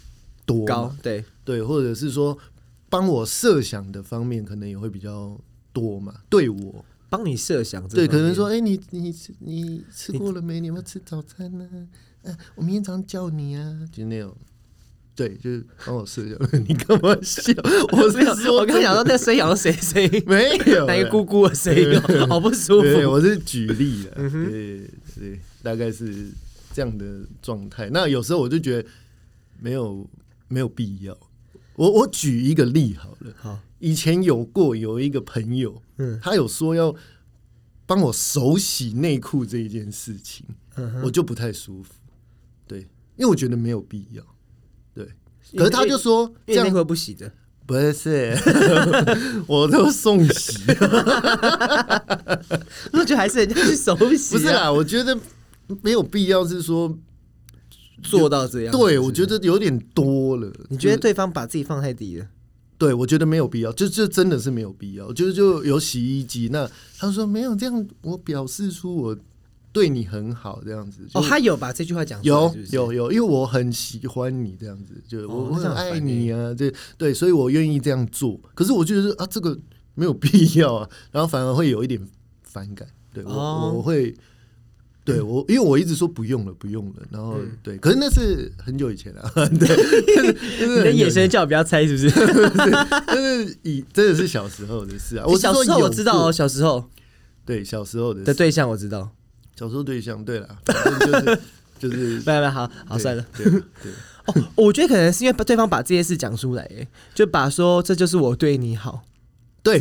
Speaker 2: 多嘛，
Speaker 1: 高对，
Speaker 2: 对，或者是说帮我设想的方面，可能也会比较多嘛。对我，
Speaker 1: 帮你设想这
Speaker 2: 对，
Speaker 1: 方
Speaker 2: 可能
Speaker 1: 面
Speaker 2: 说，哎、你你吃你吃过了没？你有没有吃早餐呢、啊？我明天早上叫你啊，就那种。对，就是帮我设想。 你干嘛笑？我是
Speaker 1: 没有，
Speaker 2: 说，
Speaker 1: 我刚想说那声音好像谁谁
Speaker 2: 没有
Speaker 1: 那个
Speaker 2: 欸
Speaker 1: 姑姑的声音哦，好不舒
Speaker 2: 对，
Speaker 1: 服。嗯
Speaker 2: 我是举例的，对对，大概是这样的状态。那有时候我就觉得没有没有必要。我我举一个例好了，
Speaker 1: 好，
Speaker 2: 以前有过有一个朋友，
Speaker 1: 嗯
Speaker 2: 他有说要帮我手洗内裤这一件事情，
Speaker 1: 嗯
Speaker 2: 我就不太舒服，对，因为我觉得没有必要，对。可是他就说这
Speaker 1: 因为内
Speaker 2: 样
Speaker 1: 裤不洗的，
Speaker 2: 不是， 我都送洗。
Speaker 1: 我觉得还是人家去手洗啊，
Speaker 2: 不是啦，我觉得没有必要是说，
Speaker 1: 做到这样。
Speaker 2: 对我
Speaker 1: 得
Speaker 2: 觉得有点多了。
Speaker 1: 你觉得
Speaker 2: 就是？
Speaker 1: 对方把自己放太低
Speaker 2: 嗯
Speaker 1: 了，
Speaker 2: 对，我觉得没有必要，就这真的是没有必要。就是就有洗衣机，那他说没有这样，我表示出我对你很好这样子。就
Speaker 1: 哦，他有把这句话讲出来
Speaker 2: 有
Speaker 1: 是不是
Speaker 2: 有有，因为我很喜欢你这样子，就我
Speaker 1: 哦
Speaker 2: 我
Speaker 1: 那这
Speaker 2: 很
Speaker 1: 样很
Speaker 2: 爱
Speaker 1: 烦
Speaker 2: 你啊，对对，所以我愿意这样做。可是我就觉得啊，这个没有必要啊，然后反而会有一点反感。对我、
Speaker 1: 哦
Speaker 2: 我会，对我，因为我一直说不用了，不用了，然后、
Speaker 1: 嗯
Speaker 2: 对，可是那是很久以前了、 啊，对，
Speaker 1: 你的眼神叫我不要猜，是不是？
Speaker 2: 但是以真的是小时候的事啊。 我是
Speaker 1: 小
Speaker 2: 说
Speaker 1: 时候
Speaker 2: 有
Speaker 1: 我知道
Speaker 2: 过
Speaker 1: 哦，，小时候
Speaker 2: 对，小时候的
Speaker 1: 的
Speaker 2: 事，
Speaker 1: 对象我知道。
Speaker 2: 小时候对象，对了，反正就是就是，
Speaker 1: 拜拜，好 好
Speaker 2: 对
Speaker 1: 算了。，
Speaker 2: 对对。
Speaker 1: 哦，我觉得可能是因为对方把这件事讲出来，哎，就把说这就是我对你好。
Speaker 2: 对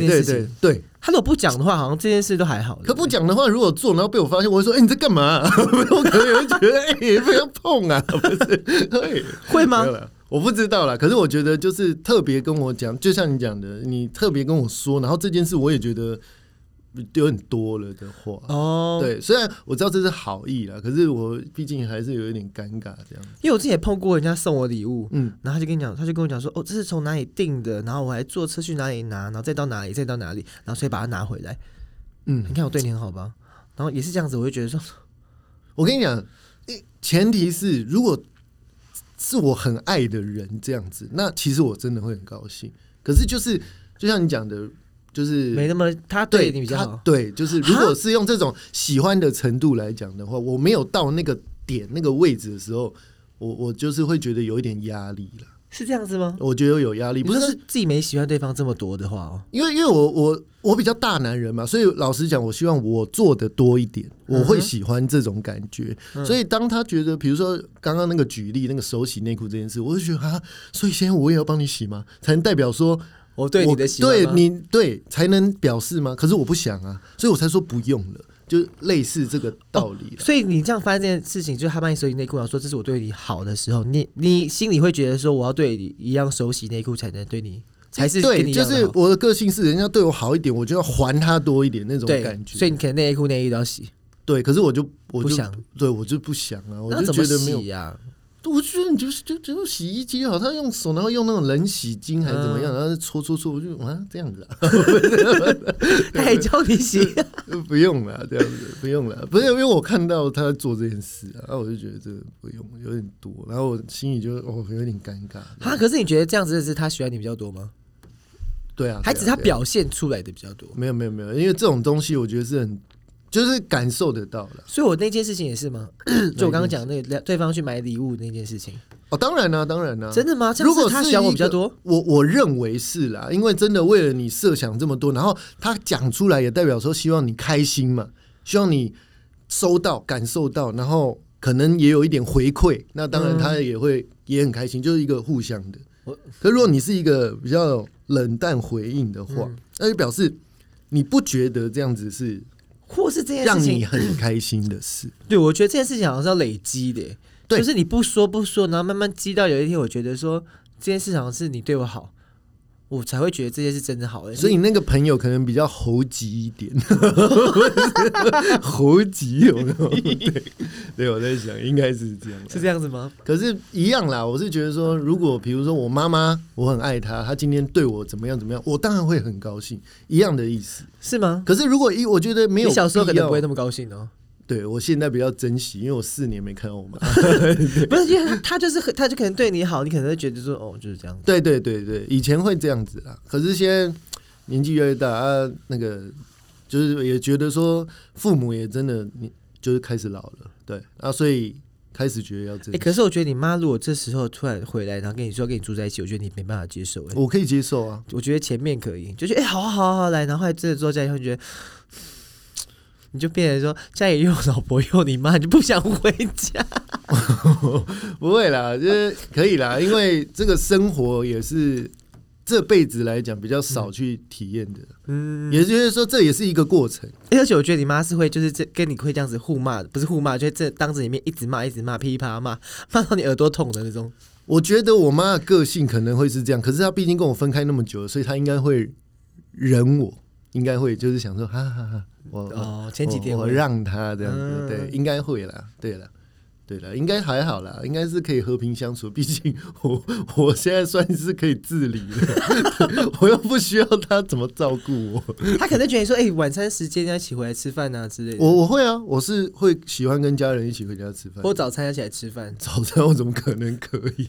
Speaker 1: 这件
Speaker 2: 对
Speaker 1: 事
Speaker 2: 对
Speaker 1: 情
Speaker 2: 对，
Speaker 1: 他如果不讲的话，好像这件事都还好。
Speaker 2: 可不讲的话，如果做然后被我发现，我会说：“哎、你在干嘛、 我可能也会觉得：“哎、不要碰啊！” 不是，对，
Speaker 1: 会吗
Speaker 2: 没有？啦我不知道啦。可是我觉得，就是特别跟我讲，就像你讲的，你特别跟我说，然后这件事我也觉得有点多了的话，
Speaker 1: 哦，
Speaker 2: 对。虽然我知道这是好意啦，可是我毕竟还是有一点尴尬这样。
Speaker 1: 因为我之前也碰过人家送我礼物，
Speaker 2: 嗯，
Speaker 1: 然后他就跟你讲，他就跟我讲说，哦，这是从哪里订的，然后我还坐车去哪里拿，然后再到哪里，再到哪里，然后所以把它拿回来。
Speaker 2: 嗯
Speaker 1: 你看我对你很好吧？然后也是这样子，我就觉得说，
Speaker 2: 我跟你讲，一前提是如果是我很爱的人这样子，那其实我真的会很高兴。可是就是就像你讲的，就是
Speaker 1: 没那么他
Speaker 2: 对
Speaker 1: 对你比较
Speaker 2: 他
Speaker 1: 好，
Speaker 2: 对，就是
Speaker 1: 哈
Speaker 2: 如果是用这种喜欢的程度来讲的话，我没有到那个点那个位置的时候，我我就是会觉得有一点压力了。
Speaker 1: 是这样子吗？
Speaker 2: 我觉得有压力，
Speaker 1: 你
Speaker 2: 不
Speaker 1: 说
Speaker 2: 是
Speaker 1: 是自己没喜欢对方这么多的话哦，
Speaker 2: 因为因为我我我比较大男人嘛，所以老实讲，我希望我做的多一点，
Speaker 1: 嗯
Speaker 2: 我会喜欢这种感觉。所以当他觉得，比如说刚刚那个举例那个手洗内裤这件事，我就觉得啊，所以现在我也要帮你洗吗？才能代表说
Speaker 1: 我对
Speaker 2: 我
Speaker 1: 你的喜欢吗
Speaker 2: 对你对才能表示吗？可是我不想啊，所以我才说不用了，就类似这个道理。
Speaker 1: 所以你这样发现这件事情，就是他帮你手洗内裤，然后说这是我对你好的时候，你你心里会觉得说我要对你一样手洗内裤才能对你，哦才是跟
Speaker 2: 对，
Speaker 1: 你一
Speaker 2: 就
Speaker 1: 样的
Speaker 2: 是
Speaker 1: 好
Speaker 2: 我的个性是人家对我好一点，我就要还他多一点那种
Speaker 1: 对
Speaker 2: 感觉。
Speaker 1: 所以你可能内裤内衣都要洗，
Speaker 2: 对，可是我就我就
Speaker 1: 不想
Speaker 2: 对我就不想啊，我
Speaker 1: 那
Speaker 2: 就
Speaker 1: 怎么
Speaker 2: 觉得没有
Speaker 1: 洗啊 呀、
Speaker 2: 我觉得你就是就就用洗衣机好，他用手，然后用那种冷洗巾还是怎么样，然后搓搓搓，我就啊 这样子啊，
Speaker 1: 他还教你洗，
Speaker 2: 不用了， 这样子不用了，不是因为我看到他做这件事啊，然后我就觉得这个不用有点多，然后我心里就哦有点尴尬，
Speaker 1: 啊，可是你觉得这样子是他喜欢你比较多吗？
Speaker 2: 对啊，
Speaker 1: 还只是
Speaker 2: 对啊
Speaker 1: 他
Speaker 2: 对啊
Speaker 1: 表现出来的比较多？
Speaker 2: 没有没有没有，因为这种东西我觉得是很就是感受得到了
Speaker 1: 所以我那件事情也是 吗？就我刚刚讲那个对方去买礼物那件事情，
Speaker 2: 哦，当然啦、当然啦、
Speaker 1: 真的啊吗？这样
Speaker 2: 如果
Speaker 1: 是他
Speaker 2: 是
Speaker 1: 喜欢我
Speaker 2: 一
Speaker 1: 比较
Speaker 2: 个
Speaker 1: 多，
Speaker 2: 我我认为是啦，因为真的为了你设想这么多，然后他讲出来也代表说希望你开心嘛，希望你收到、感受到，然后可能也有一点回馈，那当
Speaker 1: 嗯
Speaker 2: 然他也会、也很开心，就是一个互相的
Speaker 1: 我。
Speaker 2: 可如果你是一个比较冷淡回应的话，
Speaker 1: 嗯
Speaker 2: 那就表示你不觉得这样子是
Speaker 1: 或是这件
Speaker 2: 让
Speaker 1: 事
Speaker 2: 你
Speaker 1: 情？
Speaker 2: 很开心的事。
Speaker 1: 对，我觉得这件事情好像是要累积的耶，
Speaker 2: 对
Speaker 1: 就是你不说不说，然后慢慢积到有一天，我觉得说这件事情好像是你对我好，我才会觉得这件事真的好耶。欸
Speaker 2: 所以你那个朋友可能比较猴急一点， 猴急有没有？对，对，我在想应该是这样啦。
Speaker 1: 是这样子吗？
Speaker 2: 可是，一样啦。我是觉得说，如果比如说我妈妈，我很爱她，她今天对我怎么样怎么样，我当然会很高兴，一样的意思。
Speaker 1: 是吗？
Speaker 2: 可是如果一，我觉得没有，
Speaker 1: 你小时候可能不会
Speaker 2: 么，
Speaker 1: 那么高兴哦。
Speaker 2: 对我现在比较珍惜，因为我四年没看到我妈。
Speaker 1: 不是，因为他他就是很他就可能对你好，你可能会觉得说哦就是这样子。
Speaker 2: 对对对对，以前会这样子啦，可是现在年纪越来越大，啊、那个就是也觉得说父母也真的你就是开始老了，对啊，所以开始觉得要这
Speaker 1: 哎、
Speaker 2: 样，
Speaker 1: 可是我觉得你妈如果这时候突然回来，然后跟你说哎要跟你住在一起，我觉得你没办法接受、哎，
Speaker 2: 我可以接受啊，
Speaker 1: 我觉得前面可以，就觉得哎、好啊好啊好啊来，然后后来真的坐在家以后，你觉得。 你就变成说家里又有老婆又有你妈，你就不想回家。
Speaker 2: 不会啦，就是可以啦，因为这个生活也是这辈子来讲比较少去体验的，嗯，也就是说这也是一个过程，
Speaker 1: 而且我觉得你妈是会，就是这跟你会这样子互骂的，不是互骂，就是这当着你面一直骂，一直骂，噼里啪啦骂，骂到你耳朵痛的那种。
Speaker 2: 我觉得我妈的个性可能会是这样，可是她毕竟跟我分开那么久了，所以她应该会忍我，应该会就是想说，哈哈哈，我
Speaker 1: 哦，前几天
Speaker 2: 我
Speaker 1: 我
Speaker 2: 我让她这样子，
Speaker 1: 嗯
Speaker 2: 对，应该会啦，对了。对了，应该还好啦，应该是可以和平相处。毕竟我我现在算是可以自理 了，我又不需要她怎么照顾我。
Speaker 1: 他可能觉得说，哎、晚餐时间要一起回来吃饭啊之类的，
Speaker 2: 我我会啊，我是会喜欢跟家人一起回家吃饭。
Speaker 1: 或早餐要起来吃饭。
Speaker 2: 早餐我怎么可能可以？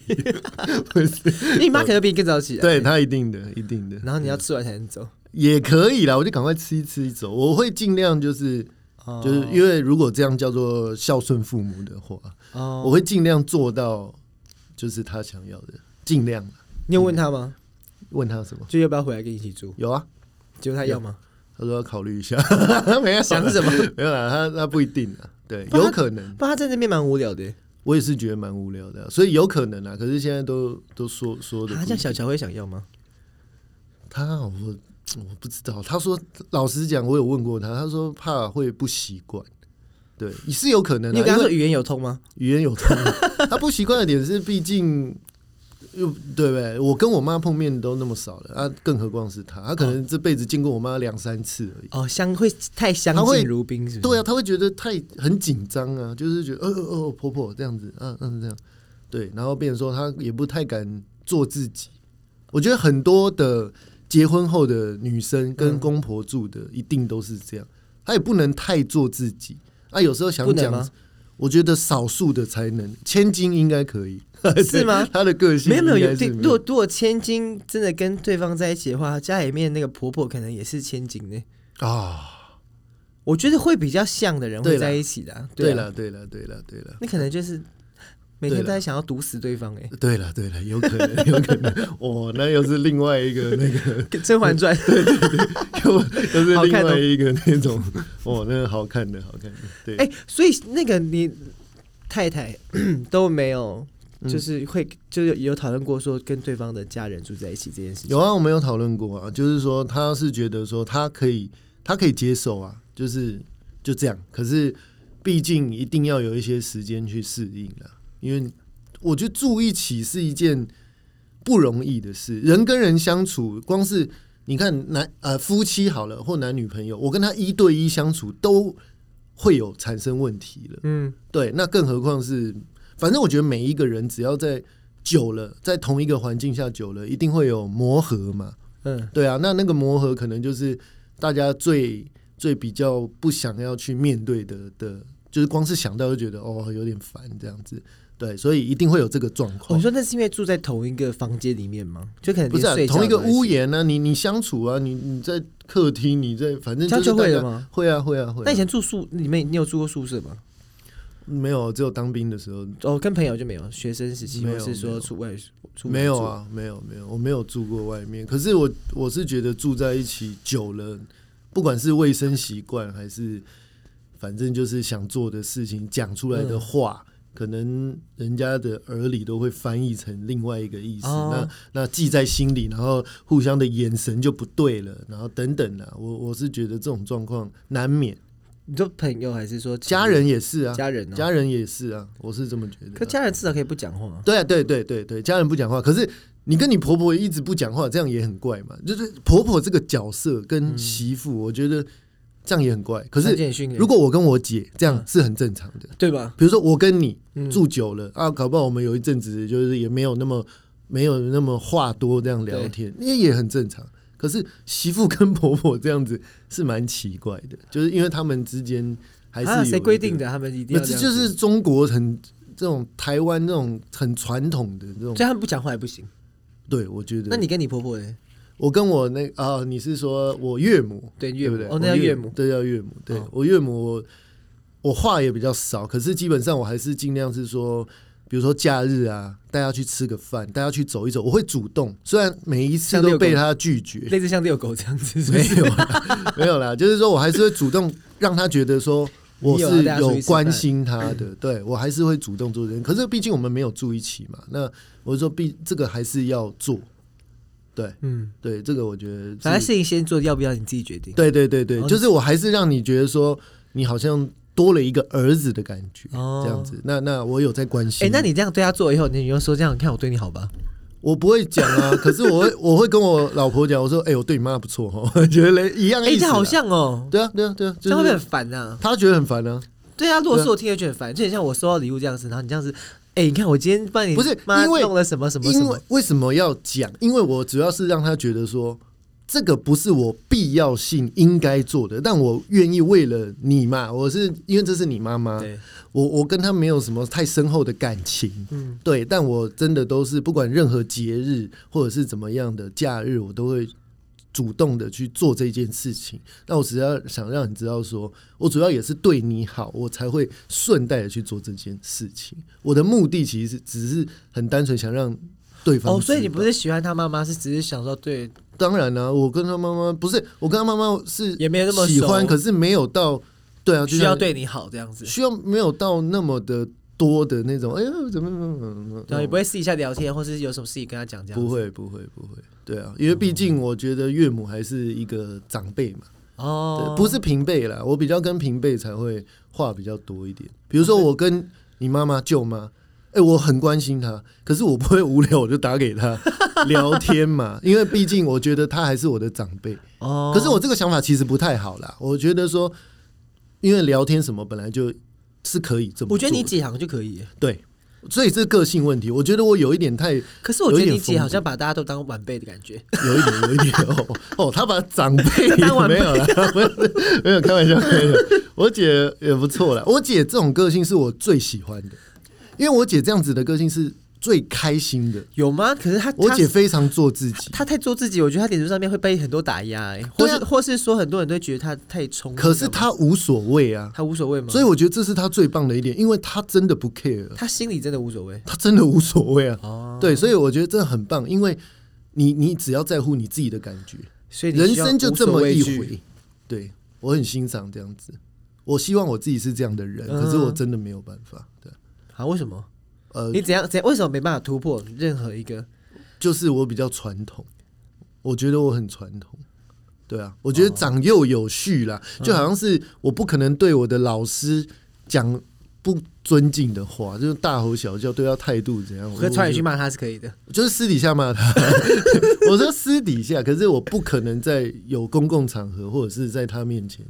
Speaker 2: 不是，
Speaker 1: 因为 你妈可能比你更早起来，
Speaker 2: 嗯对他一定的，一定的。
Speaker 1: 然后你要吃完才能走，
Speaker 2: 也可以啦，我就赶快吃一吃一走。我会尽量就是
Speaker 1: 哦
Speaker 2: 嗯就是因为如果这样叫做孝顺父母的话，
Speaker 1: 哦。
Speaker 2: 我会尽量做到就是他想要的，尽量啦
Speaker 1: 你有问他吗？
Speaker 2: 嗯问他什么。
Speaker 1: 就要不要回来跟你一起住？
Speaker 2: 有啊，
Speaker 1: 结果他要吗？
Speaker 2: 他说要考虑一下， 没有啊
Speaker 1: 想什么？
Speaker 2: 没有啦，他他不一定啊，对，
Speaker 1: 不然
Speaker 2: 有可能，
Speaker 1: 不然他在那边蛮无聊的。
Speaker 2: 我也是觉得蛮无聊的啊、所以有可能啊。可是现在都都说说的
Speaker 1: 他像啊小乔会想要吗？
Speaker 2: 他哦我我不知道，他说老实讲，我有问过他，他说怕会不习惯，对，是有可能、啊，
Speaker 1: 你有跟
Speaker 2: 因
Speaker 1: 他
Speaker 2: 为
Speaker 1: 说语言有通吗？
Speaker 2: 语言有通，他不习惯的点是，毕竟又对不对？我跟我妈碰面都那么少了，啊，更何况是他，他可能这辈子见过我妈两三次而已。
Speaker 1: 哦，相会太相
Speaker 2: 他会
Speaker 1: 敬如宾，是不是？
Speaker 2: 对啊，他会觉得太很紧张啊，就是觉得呃呃呃婆婆这样子，嗯、嗯这样，对，然后变成说他也不太敢做自己。我觉得很多的结婚后的女生跟公婆住的，一定都是这样，她也不能太做自己。啊，有时候想
Speaker 1: 不能
Speaker 2: 讲
Speaker 1: 吗，
Speaker 2: 我觉得少数的才能，千金应该可以，
Speaker 1: 是 吗
Speaker 2: 她的个性
Speaker 1: 没有没有有，对
Speaker 2: 对
Speaker 1: 如果如果千金真的跟对方在一起的话，家里面那个婆婆可能也是千金呢。
Speaker 2: 啊，
Speaker 1: 我觉得会比较像的人
Speaker 2: 对
Speaker 1: 会
Speaker 2: 啦
Speaker 1: 在一起的啊。
Speaker 2: 对
Speaker 1: 啊
Speaker 2: 了对了对了对了。
Speaker 1: 那可能就是每天
Speaker 2: 对啦
Speaker 1: 都在想要毒死对方 哎，
Speaker 2: 对了，对了，有可能，有可能， 哦，那又是另外一个那个
Speaker 1: 《甄嬛 传》
Speaker 2: 又又是另外一个那种，哦，那个好看的，好看的，对，
Speaker 1: 哎，所以那个你太太 都没有，
Speaker 2: 嗯
Speaker 1: 就是会就是有讨论过说跟对方的家人住在一起这件事情。
Speaker 2: 有啊，我们有讨论过啊，就是说他是觉得说他可以，他可以接受啊，就是就这样，可是毕竟一定要有一些时间去适应啊，因为我觉得住一起是一件不容易的事，人跟人相处，光是你看男呃夫妻好了或男女朋友，我跟他一对一相处都会有产生问题了。
Speaker 1: 嗯，
Speaker 2: 对，那更何况是，反正我觉得每一个人只要在久了，在同一个环境下久了，一定会有磨合嘛。
Speaker 1: 嗯
Speaker 2: 对啊，那那个磨合可能就是大家最最比较不想要去面对的的，就是光是想到就觉得哦有点烦这样子。对，所以一定会有这个状
Speaker 1: 哦
Speaker 2: 况
Speaker 1: 你。说那是因为住在同一个房间里面吗？就可能
Speaker 2: 不是、啊、
Speaker 1: 连睡觉
Speaker 2: 同一个
Speaker 1: 都在
Speaker 2: 屋
Speaker 1: 起，
Speaker 2: 檐呢、啊，你你相处啊，你你在客厅，你在反正
Speaker 1: 这
Speaker 2: 就
Speaker 1: 样
Speaker 2: 是
Speaker 1: 就会
Speaker 2: 大
Speaker 1: 了
Speaker 2: 家
Speaker 1: 吗？
Speaker 2: 会啊会啊会啊。
Speaker 1: 那以前住宿里面，你有住过宿舍吗？
Speaker 2: 没有，只有当兵的时候
Speaker 1: 哦，跟朋友就没有，学生时期
Speaker 2: 没
Speaker 1: 或
Speaker 2: 有
Speaker 1: 是
Speaker 2: 没有
Speaker 1: 说出外出
Speaker 2: 没有，啊，没有没有，我没有住过外面。可是我我是觉得住在一起久了，不管是卫生习惯还是反正就是想做的事情讲出来
Speaker 1: 嗯
Speaker 2: 的话，可能人家的耳里都会翻译成另外一个意思。
Speaker 1: 哦
Speaker 2: 那那记在心里，然后互相的眼神就不对了，然后等等啊，我我是觉得这种状况难免，
Speaker 1: 你说朋友还是说情
Speaker 2: 家人也是啊，
Speaker 1: 嗯家人、哦？
Speaker 2: 家人也是啊，我是这么觉得啊、
Speaker 1: 可家人至少可以不讲话啊、
Speaker 2: 对啊，对对对对，家人不讲话，可是你跟你婆婆一直不讲话，这样也很怪嘛。就是婆婆这个角色
Speaker 1: 嗯
Speaker 2: 跟媳妇，我觉得这样也很怪。可
Speaker 1: 可
Speaker 2: 是如果我跟我姐这样
Speaker 1: 嗯
Speaker 2: 是很正常的，
Speaker 1: 对吧？
Speaker 2: 比如说我跟你
Speaker 1: 嗯
Speaker 2: 住久了、啊，搞不好我们有一阵子就是也没有那么没有那么话多这样聊
Speaker 1: 对
Speaker 2: 天，那也很正常。可是媳妇跟婆婆这样子是蛮奇怪的，就是因为他们之间。还是有
Speaker 1: 啊，谁规定
Speaker 2: 的？
Speaker 1: 的？他们一定要
Speaker 2: 那这
Speaker 1: 样
Speaker 2: 就
Speaker 1: 子
Speaker 2: 是中国很这种台湾那种很传统的这种
Speaker 1: 所以，他们不讲话也不行。
Speaker 2: 对我觉得。
Speaker 1: 那你跟你婆婆呢？
Speaker 2: 我跟我那啊、你是说我岳母
Speaker 1: 对岳母
Speaker 2: 对不对？
Speaker 1: 哦那叫
Speaker 2: 我
Speaker 1: 岳母
Speaker 2: 对叫岳母。对、
Speaker 1: 哦
Speaker 2: 我岳母我，我话也比较少，可是基本上我还是尽量是说，比如说假日啊，带她去吃个饭，带她去走一走，我会主动，虽然每一次
Speaker 1: 像遛
Speaker 2: 都
Speaker 1: 狗
Speaker 2: 被她拒绝，
Speaker 1: 类似像遛狗这样子，是不
Speaker 2: 没
Speaker 1: 是？
Speaker 2: 有啦， 没有啦，就是说我还是会主动让她觉得说。我
Speaker 1: 你有要
Speaker 2: 是
Speaker 1: 带她出去
Speaker 2: 有
Speaker 1: 吃饭
Speaker 2: 关心她的，对我还是会主动做这件。可是毕竟我们没有住一起嘛，那我就说必这个还是要做，对，
Speaker 1: 嗯，
Speaker 2: 对，这个我觉得是
Speaker 1: 反正事情先做，要不要你自己决定。
Speaker 2: 对对对对，
Speaker 1: 哦
Speaker 2: 就是我还是让你觉得说你好像多了一个儿子的感觉，
Speaker 1: 哦
Speaker 2: 这样子。那那我有在关心。
Speaker 1: 哎、那你这样对她做以后，你又说这样，你看我对你好吧？
Speaker 2: 我不会讲 啊，可是我会我会跟我老婆讲，我说哎、我对你妈不错哦，我觉得一样
Speaker 1: 哎、
Speaker 2: 意思
Speaker 1: 这
Speaker 2: 啊。
Speaker 1: 好像哦、
Speaker 2: 对啊对啊对啊，
Speaker 1: 这样会不
Speaker 2: 就
Speaker 1: 会
Speaker 2: 是
Speaker 1: 很烦呐、
Speaker 2: 她觉得很烦啊，
Speaker 1: 对啊，落我听了就很烦，就很像我收到礼物这样子，然后你这样子，哎、你看我今天帮你
Speaker 2: 不是
Speaker 1: 妈
Speaker 2: 因为
Speaker 1: 弄了什么什么什
Speaker 2: 因为
Speaker 1: 么，
Speaker 2: 为什么要讲？因为我主要是让她觉得说。这个不是我必要性应该做的，但我愿意为了你嘛，我是因为这是你妈妈，
Speaker 1: 对，
Speaker 2: 我我跟他没有什么太深厚的感情，
Speaker 1: 嗯，
Speaker 2: 对，但我真的都是不管任何节日或者是怎么样的假日，我都会主动的去做这件事情。那我只要想让你知道说，我主要也是对你好，我才会顺带的去做这件事情。我的目的其实是只是很单纯想让对方
Speaker 1: 哦，所以你
Speaker 2: 知道
Speaker 1: 不是喜欢她妈妈，是只是想说对，
Speaker 2: 当然啦、我跟他妈妈不是我跟他妈妈是
Speaker 1: 也没有那么熟
Speaker 2: 喜欢，可是没有到对啊，就
Speaker 1: 需要
Speaker 2: 像
Speaker 1: 对你好这样子，
Speaker 2: 需要没有到那么的多的那种，哎呀，怎么怎么怎么，
Speaker 1: 对啊，也不会私底下聊天，或是有什么事情跟她讲这样子，
Speaker 2: 嗯不会不会不会，对啊，因为毕竟我觉得岳母还是一个长辈嘛，
Speaker 1: 哦
Speaker 2: 对，，不是平辈啦，我比较跟平辈才会话比较多一点。比如说我跟你妈妈舅妈，哎、我很关心她，可是我不会无聊我就打给她 聊天嘛，因为毕竟我觉得她还是我的长辈。
Speaker 1: 哦，
Speaker 2: 可是我这个想法其实不太好啦，我觉得说，因为聊天什么本来就是可以这么做的，
Speaker 1: 我觉得你几行就可以耶，
Speaker 2: 对，所以这是个性问题，我觉得我有一点太。
Speaker 1: 可是我觉
Speaker 2: 有一
Speaker 1: 得
Speaker 2: 点
Speaker 1: 你姐好
Speaker 2: 疯
Speaker 1: 像把大家都当晚辈的感觉，
Speaker 2: 有一点，有一点哦哦，他把长辈
Speaker 1: 当晚辈
Speaker 2: 没有啦， 没有没有开玩笑，没有。我姐也不错啦，我姐这种个性是我最喜欢的，因为我姐这样子的个性是最开心的。
Speaker 1: 有吗？可是她
Speaker 2: 我
Speaker 1: 她
Speaker 2: 姐非常做自己，
Speaker 1: 他太做自己，我觉得他脸书上面会被很多打压、欸，或
Speaker 2: 对
Speaker 1: 是、
Speaker 2: 啊
Speaker 1: 或是说很多人都觉得他太冲动了嘛。
Speaker 2: 可是她无所谓啊，
Speaker 1: 他无所谓吗？
Speaker 2: 所以我觉得这是她最棒的一点，因为她真的不 care，
Speaker 1: 他心里真的无所谓。
Speaker 2: 她真的无所谓啊。
Speaker 1: 哦，
Speaker 2: 对，所以我觉得这很棒，因为你你只要在乎你自己的感觉，
Speaker 1: 所以你
Speaker 2: 人
Speaker 1: 需要
Speaker 2: 生就这么一
Speaker 1: 无所畏惧
Speaker 2: 回。对我很欣赏这样子，我希望我自己是这样的人，
Speaker 1: 嗯
Speaker 2: 可是我真的没有办法。对，
Speaker 1: 啊？为什么？
Speaker 2: 呃
Speaker 1: 你，怎样怎样？为什么没办法突破任何一个？
Speaker 2: 就是我比较传统，我觉得我很传统。对啊，我觉得长幼有序啦，
Speaker 1: 哦
Speaker 2: 就好像是我不可能对我的老师讲不尊敬的话，就是大吼小叫，对他态度怎样？我
Speaker 1: 可是传
Speaker 2: 我
Speaker 1: 远
Speaker 2: 就
Speaker 1: 去骂他是可以的。
Speaker 2: 就是私底下骂他， 我说私底下，可是我不可能在有公共场合或者是在他面前。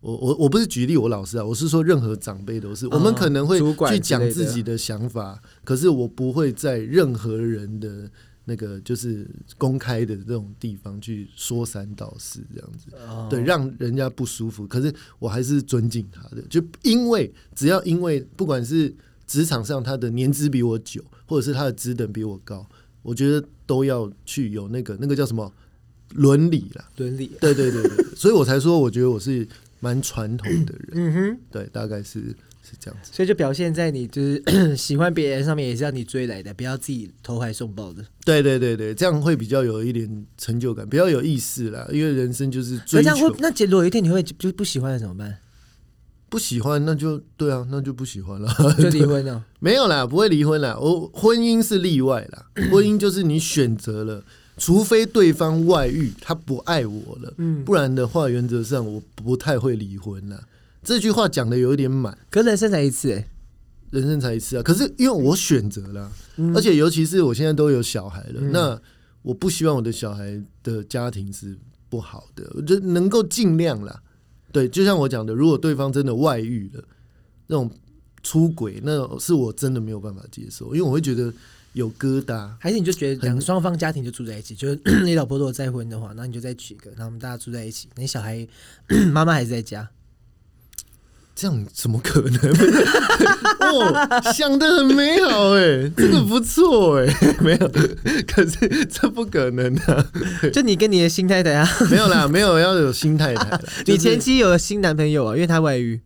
Speaker 2: 我我我不是举例我老师啊，我是说任何长辈都是，我们可能会
Speaker 1: 嗯主管
Speaker 2: 去
Speaker 1: 之类
Speaker 2: 讲
Speaker 1: 的
Speaker 2: 自己的想法，可是我不会在任何人的那个就是公开的这种地方去说三道四这样子，
Speaker 1: 哦
Speaker 2: 对，让人家不舒服。可是我还是尊敬他的，就因为只要因为不管是职场上他的年资比我久，或者是他的职等比我高，我觉得都要去有那个那个叫什么伦理啦。
Speaker 1: 伦理。
Speaker 2: 对对对对，对所以我才说我觉得我是蛮传统的人，
Speaker 1: 嗯哼，
Speaker 2: 对，大概是是这样子。
Speaker 1: 所以就表现在你就是 喜欢别人上面，也是让你追来的，不要自己投怀送抱的。
Speaker 2: 对对对对，这样会比较有一点成就感，比较有意思啦。因为人生就是
Speaker 1: 那
Speaker 2: 追
Speaker 1: 这样会
Speaker 2: 求，
Speaker 1: 那结果有一天你会就不喜欢了怎么 办？
Speaker 2: 不喜欢那就对啊，那就不喜欢了。
Speaker 1: 就离婚了？
Speaker 2: 没有啦，不会离婚啦。我婚姻是例外啦，婚姻就是你选择了，除非对方外遇，他不爱我了，
Speaker 1: 嗯
Speaker 2: 不然的话，原则上我不太会离婚啦。这句话讲的有一点满，
Speaker 1: 可是人生才一次、欸，
Speaker 2: 人生才一次啊。可是因为我选择了啊、而且尤其是我现在都有小孩了，那我不希望我的小孩的家庭是不好的，我就能够尽量啦。对，就像我讲的，如果对方真的外遇了，那种出轨，那是我真的没有办法接受，因为我会觉得有疙瘩。
Speaker 1: 还是你就觉得两双方家庭就住在一起，就是 你老婆如果再婚的话，那 你就再娶一个，然后我们大家住在一起，那你小孩妈妈还是在家，
Speaker 2: 这样怎么可能？ 哦，想的很美好哎、这个不错哎、没有，可是这不可能啊，
Speaker 1: 就你跟你的新太 太啊，
Speaker 2: 没有啦，没有要有心 态啦
Speaker 1: 你
Speaker 2: 就是
Speaker 1: 前妻有新男朋友啊，因为他外遇，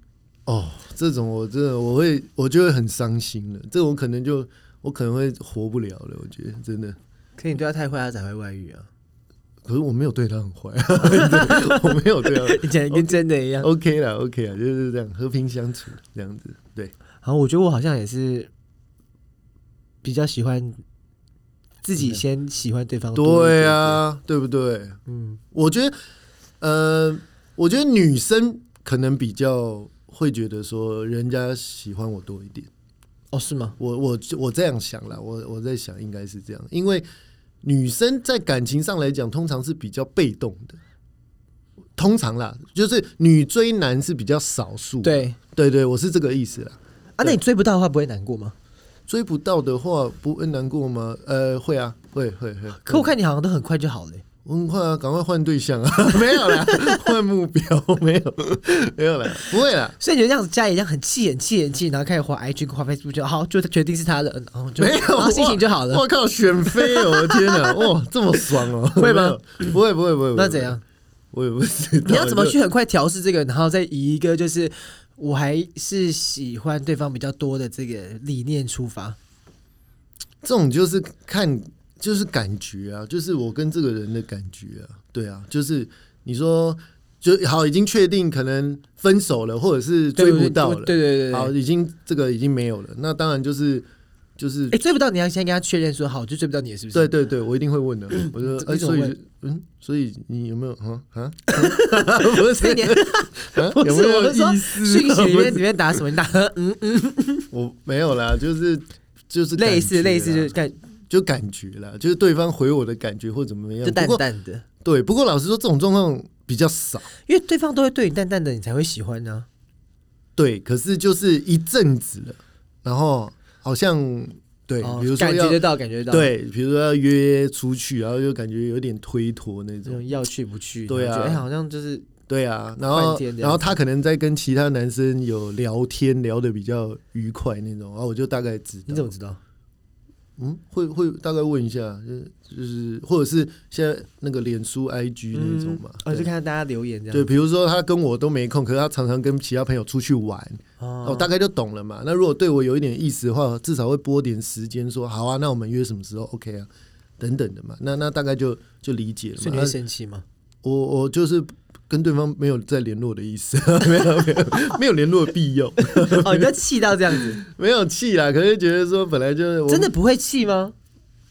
Speaker 2: 哦，这种我真的我会我就会很伤心了，这我可能就我可能会活不了了，我觉得真的。
Speaker 1: 可你对他太坏，他才会外遇啊。
Speaker 2: 可是我没有对他很坏、 啊，我没有对他
Speaker 1: 你讲的跟真的一样。
Speaker 2: OK 啦，OK 啊，就是这样和平相处这样子，对，
Speaker 1: 好，我觉得我好像也是比较喜欢自己先喜哦欢对方多一点。
Speaker 2: 对啊，对不对？
Speaker 1: 嗯，
Speaker 2: 我觉得，呃，我觉得女生可能比较会觉得说，人家喜欢我多一点。
Speaker 1: 哦，是吗？
Speaker 2: 我我我这样想啦，我我在想应该是这样，因为女生在感情上来讲，通常是比较被动的。通常啦，就是女追男是比较少数。
Speaker 1: 对
Speaker 2: 对对，我是这个意思啦。
Speaker 1: 啊，那你追不到的话不会难过吗？
Speaker 2: 追不到的话，不会难过吗？呃，会啊，会会会。
Speaker 1: 可我看你好像都很快就好了欸、
Speaker 2: 我很快啊，赶快换对象啊！ 没有啦，换目标没有，没有啦，不会啦，
Speaker 1: 所以你就这样子加一样很气很气很气，然后开始滑 IG 滑 Facebook 就好，就决定是他了，然后就
Speaker 2: 没有啊
Speaker 1: 然后心情就好了。
Speaker 2: 我靠，选妃哦！我的天 哪，哇，这么爽哦！
Speaker 1: 会吗
Speaker 2: 没有？不会，不会，不会。不会
Speaker 1: 那怎样？？
Speaker 2: 我也不知道。
Speaker 1: 你要怎么去很快调试这个，然后再以一个就是我还是喜欢对方比较多的这个理念出发。
Speaker 2: 这种就是看，就是感觉啊，就是我跟这个人的感觉啊，对啊，就是你说就好，已经确定可能分手了，或者是追不到了，
Speaker 1: 对对对对
Speaker 2: 好，
Speaker 1: 对。
Speaker 2: 已经这个已经没有了，那当然就是就是
Speaker 1: 哎，追不到你要先跟他确认说好，就追不到你了，是不是？
Speaker 2: 对对对，我一定 会问的。我说，哎、
Speaker 1: 你怎么
Speaker 2: 所以
Speaker 1: 问
Speaker 2: 嗯，所以你有没有啊啊？不
Speaker 1: 所以
Speaker 2: 是
Speaker 1: 你
Speaker 2: 啊，
Speaker 1: 不
Speaker 2: 有
Speaker 1: 是
Speaker 2: 没
Speaker 1: 我
Speaker 2: 有
Speaker 1: 是说
Speaker 2: 意
Speaker 1: 讯
Speaker 2: 思？
Speaker 1: 息里面里面打什么？你打 嗯
Speaker 2: 我没有啦，就是就是感
Speaker 1: 类似
Speaker 2: 觉
Speaker 1: 类似
Speaker 2: 啦
Speaker 1: 就是感
Speaker 2: 就感觉啦，就是对方回我的感觉或怎么样。
Speaker 1: 就淡
Speaker 2: 不过
Speaker 1: 淡的，
Speaker 2: 对，不过老实说，这种状况比较少。
Speaker 1: 因为对方都会对你淡淡的，你才会喜欢呢。
Speaker 2: 对，可是就是一阵子了，然后好像对，
Speaker 1: 哦
Speaker 2: 比如说
Speaker 1: 感觉
Speaker 2: 要
Speaker 1: 得到，感觉得到，，
Speaker 2: 对，比如说要约出去，然后就感觉有点推脱那
Speaker 1: 这
Speaker 2: 种。
Speaker 1: 种要去不去，
Speaker 2: 对
Speaker 1: 然
Speaker 2: 啊
Speaker 1: 后就哎，好像就是
Speaker 2: 对啊，然
Speaker 1: 换
Speaker 2: 后
Speaker 1: 天这样
Speaker 2: 然后他可能在跟其他男生有聊天，聊得比较愉快那种，然后我就大概知道。
Speaker 1: 你怎么知道？
Speaker 2: 嗯，会会大概问一下，就是就是或者是现在那个脸书 IG 那种嘛
Speaker 1: 嗯，哦，就
Speaker 2: 对
Speaker 1: 看到大家留言这样。
Speaker 2: 对，比如说他跟我都没空，可是他常常跟其他朋友出去玩，我、
Speaker 1: 哦，
Speaker 2: 大概就懂了嘛。那如果对我有一点意思的话，至少会拨点时间说好啊，那我们约什么时候？OK 啊，等等的嘛。那那大概就就理解了
Speaker 1: 所以你
Speaker 2: 嘛。那
Speaker 1: 会生气吗？
Speaker 2: 我我就是跟对方没有再联络的意思， 没有没有没有联络的必要，
Speaker 1: 哦，你不要气到这样子，
Speaker 2: 没有气啦。可是觉得说本来就是我
Speaker 1: 真的不会气吗？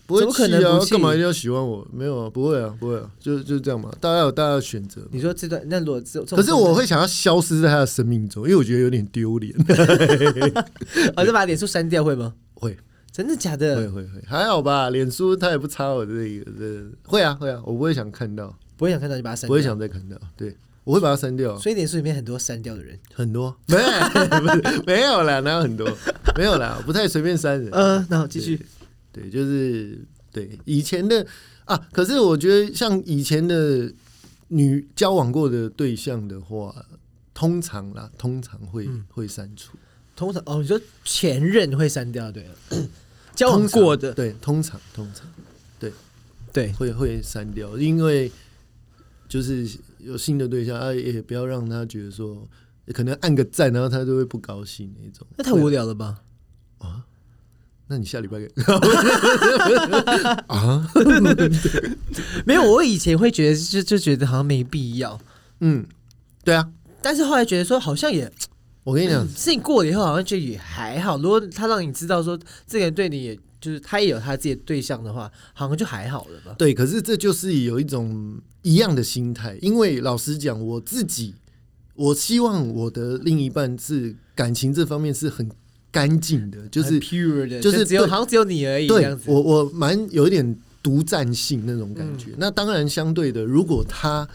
Speaker 2: 不会
Speaker 1: 怎么可
Speaker 2: 气
Speaker 1: 能
Speaker 2: 啊
Speaker 1: 不，气
Speaker 2: 干嘛一定要喜欢我？没有啊，不会啊，不会啊，就就这样嘛。大家有大家的选择。
Speaker 1: 你说这段那如果这
Speaker 2: 可是我，会想要消失在他的生命中，因为我觉得有点 丢脸。
Speaker 1: 我哦就把脸书删掉会吗？
Speaker 2: 会
Speaker 1: 真的假
Speaker 2: 会
Speaker 1: 的？
Speaker 2: 会会，还好吧？脸书他也不插我这个，这会啊会啊，我不会想看到，
Speaker 1: 不会想看到你把它删
Speaker 2: 不会
Speaker 1: 掉。
Speaker 2: 想再看到。对，我会把它删掉。
Speaker 1: 所以脸书里面很多删掉的人，
Speaker 2: 很多没有不是 没有啦，哪有很多？没有啦，我不太随便删人。
Speaker 1: 呃，那我继续，
Speaker 2: 对，就是对以前的啊，可是我觉得像以前的女交往过的对象的话，通常啦，通常会、
Speaker 1: 嗯
Speaker 2: 会删除，
Speaker 1: 通常哦，你说前任会删掉，对了，交往
Speaker 2: 通常
Speaker 1: 过的，
Speaker 2: 对，通常通常
Speaker 1: 对，
Speaker 2: 会会删掉，因为就是有新的对象啊，也不要让他觉得说可能按个赞，然后他就会不高兴那种。啊
Speaker 1: 那太无聊了吧？
Speaker 2: 那你下礼拜给
Speaker 1: 没有，我以前会觉得就就觉得好像没必要，
Speaker 2: 嗯，对啊，
Speaker 1: 但是后来觉得说好像也
Speaker 2: 我跟你 讲，
Speaker 1: 嗯事情过了以后，好啊像就也还好。如果他让你知道说这个人对你也，就是他也有他自己的对象的话，好像就还好了吧？
Speaker 2: 对，可是这就是有一种一样的心态，因为老实讲，我自己，我希望我的另一半是感情这方面是很干净的，就
Speaker 1: 很
Speaker 2: 是
Speaker 1: pure 的，
Speaker 2: 就是
Speaker 1: 只有
Speaker 2: 对
Speaker 1: 好像只有你而已这
Speaker 2: 对
Speaker 1: 样子。嗯
Speaker 2: 我我蛮有一点独占性那种感觉。那当然，相对的，如果他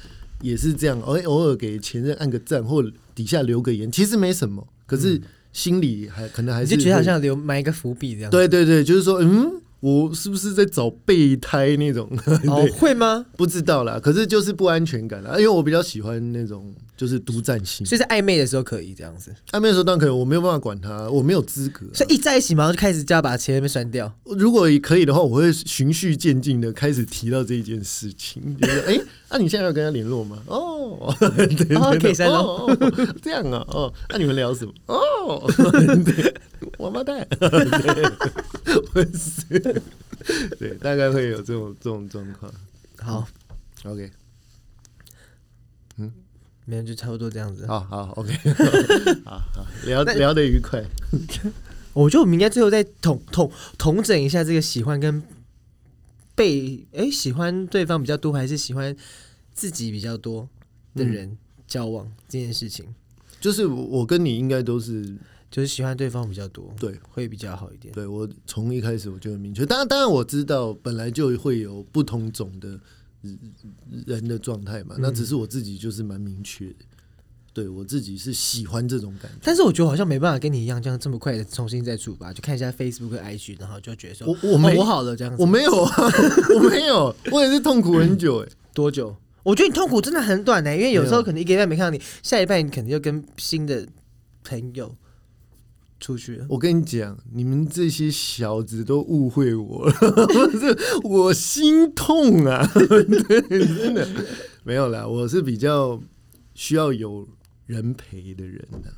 Speaker 2: 也是这样，偶偶尔给前任按个赞或底下留个言，其实没什么，可是心里还可能还
Speaker 1: 嗯你
Speaker 2: 是
Speaker 1: 就觉得好
Speaker 2: 会
Speaker 1: 像留埋一个伏笔这样子。
Speaker 2: 对对对，就是说嗯。我是不是在找备胎那种？
Speaker 1: 哦，会吗？
Speaker 2: 啊不知道啦，可是就是不安全感啦，因为我比较喜欢那种就是独占性。
Speaker 1: 所以在暧昧的时候可以这样子，
Speaker 2: 暧昧的时候当然可以，我没有办法管他，我没有资格。啊
Speaker 1: 所以一在一起马上就开始就要把前面删掉。
Speaker 2: 如果可以的话，我会循序渐进的开始提到这一件事情，就是哎，诶那、你现在要跟他联络吗？哦， 对对对
Speaker 1: 哦可以删了
Speaker 2: 哦哦哦这样啊，哦，那、你们聊什么？哦， 对，王八蛋，对，我是，对，大概会有这种这种状况。
Speaker 1: 好，
Speaker 2: OK，
Speaker 1: 没有就差不多这样子。
Speaker 2: 好好 OK，好好聊聊得愉快。
Speaker 1: 我觉得我们应该最后再统统统整一下这个喜欢跟被哎、喜欢对方比较多，还是喜欢自己比较多的
Speaker 2: 嗯
Speaker 1: 人交往这件事情，
Speaker 2: 就是我我跟你应该都是
Speaker 1: 就是喜欢对方比较多，
Speaker 2: 对，
Speaker 1: 会比较好一点。
Speaker 2: 对我从一开始我就很明确，当然当然我知道本来就会有不同种的呃人的状态嘛，那只是我自己就是蛮明确的，对我自己是喜欢这种感觉。
Speaker 1: 但是我觉得好像没办法跟你一样，这样这么快的重新再出发，就看一下 Facebook 跟 IG，然后就觉得说，
Speaker 2: 我我没
Speaker 1: 哦我好了这样子。
Speaker 2: 我没有啊， 我没有，我也是痛苦很久哎、
Speaker 1: 多久？我觉得你痛苦真的很短呢、因为有时
Speaker 2: 没
Speaker 1: 候
Speaker 2: 有
Speaker 1: 可能一个礼拜没看到你，下礼拜你可能又跟新的朋友出去了。
Speaker 2: 我跟你讲，你们这些小子都误会我了， 这我心痛啊！ 对，真的没有啦，我是比较需要有人陪的人呐、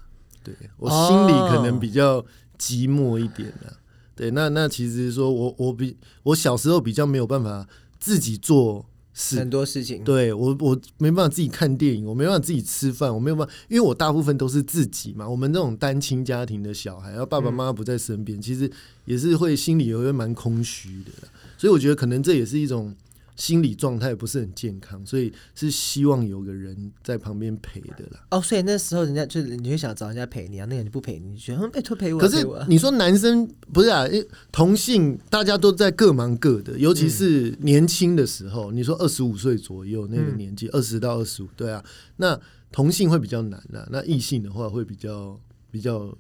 Speaker 2: 对我心里可能比较寂寞一点呐、对，那那其实说我我比我小时候比较没有办法自己做事
Speaker 1: 很多事情，
Speaker 2: 对我，我没办法自己看电影，我没办法自己吃饭，我没有办法，因为我大部分都是自己嘛。我们那种单亲家庭的小孩，然后爸爸妈妈不在身边，其实也是会心里有点蛮空虚的啦。所以我觉得可能这也是一种心理状态不是很健康，所以是希望有个人在旁边陪的啦。
Speaker 1: 哦，所以那时候人家就是你会想找人家陪你啊，那个人就不陪你，你就觉得嗯拜托陪我啊，
Speaker 2: 可是
Speaker 1: 陪我啊
Speaker 2: 你说男生不是啊？因为同性大家都在各忙各的，尤其是
Speaker 1: 嗯
Speaker 2: 年轻的时候，你说二十五岁左右那个年
Speaker 1: 嗯
Speaker 2: 纪，二十到二十五，对啊，那同性会比较难啦、那异性的话会比较比较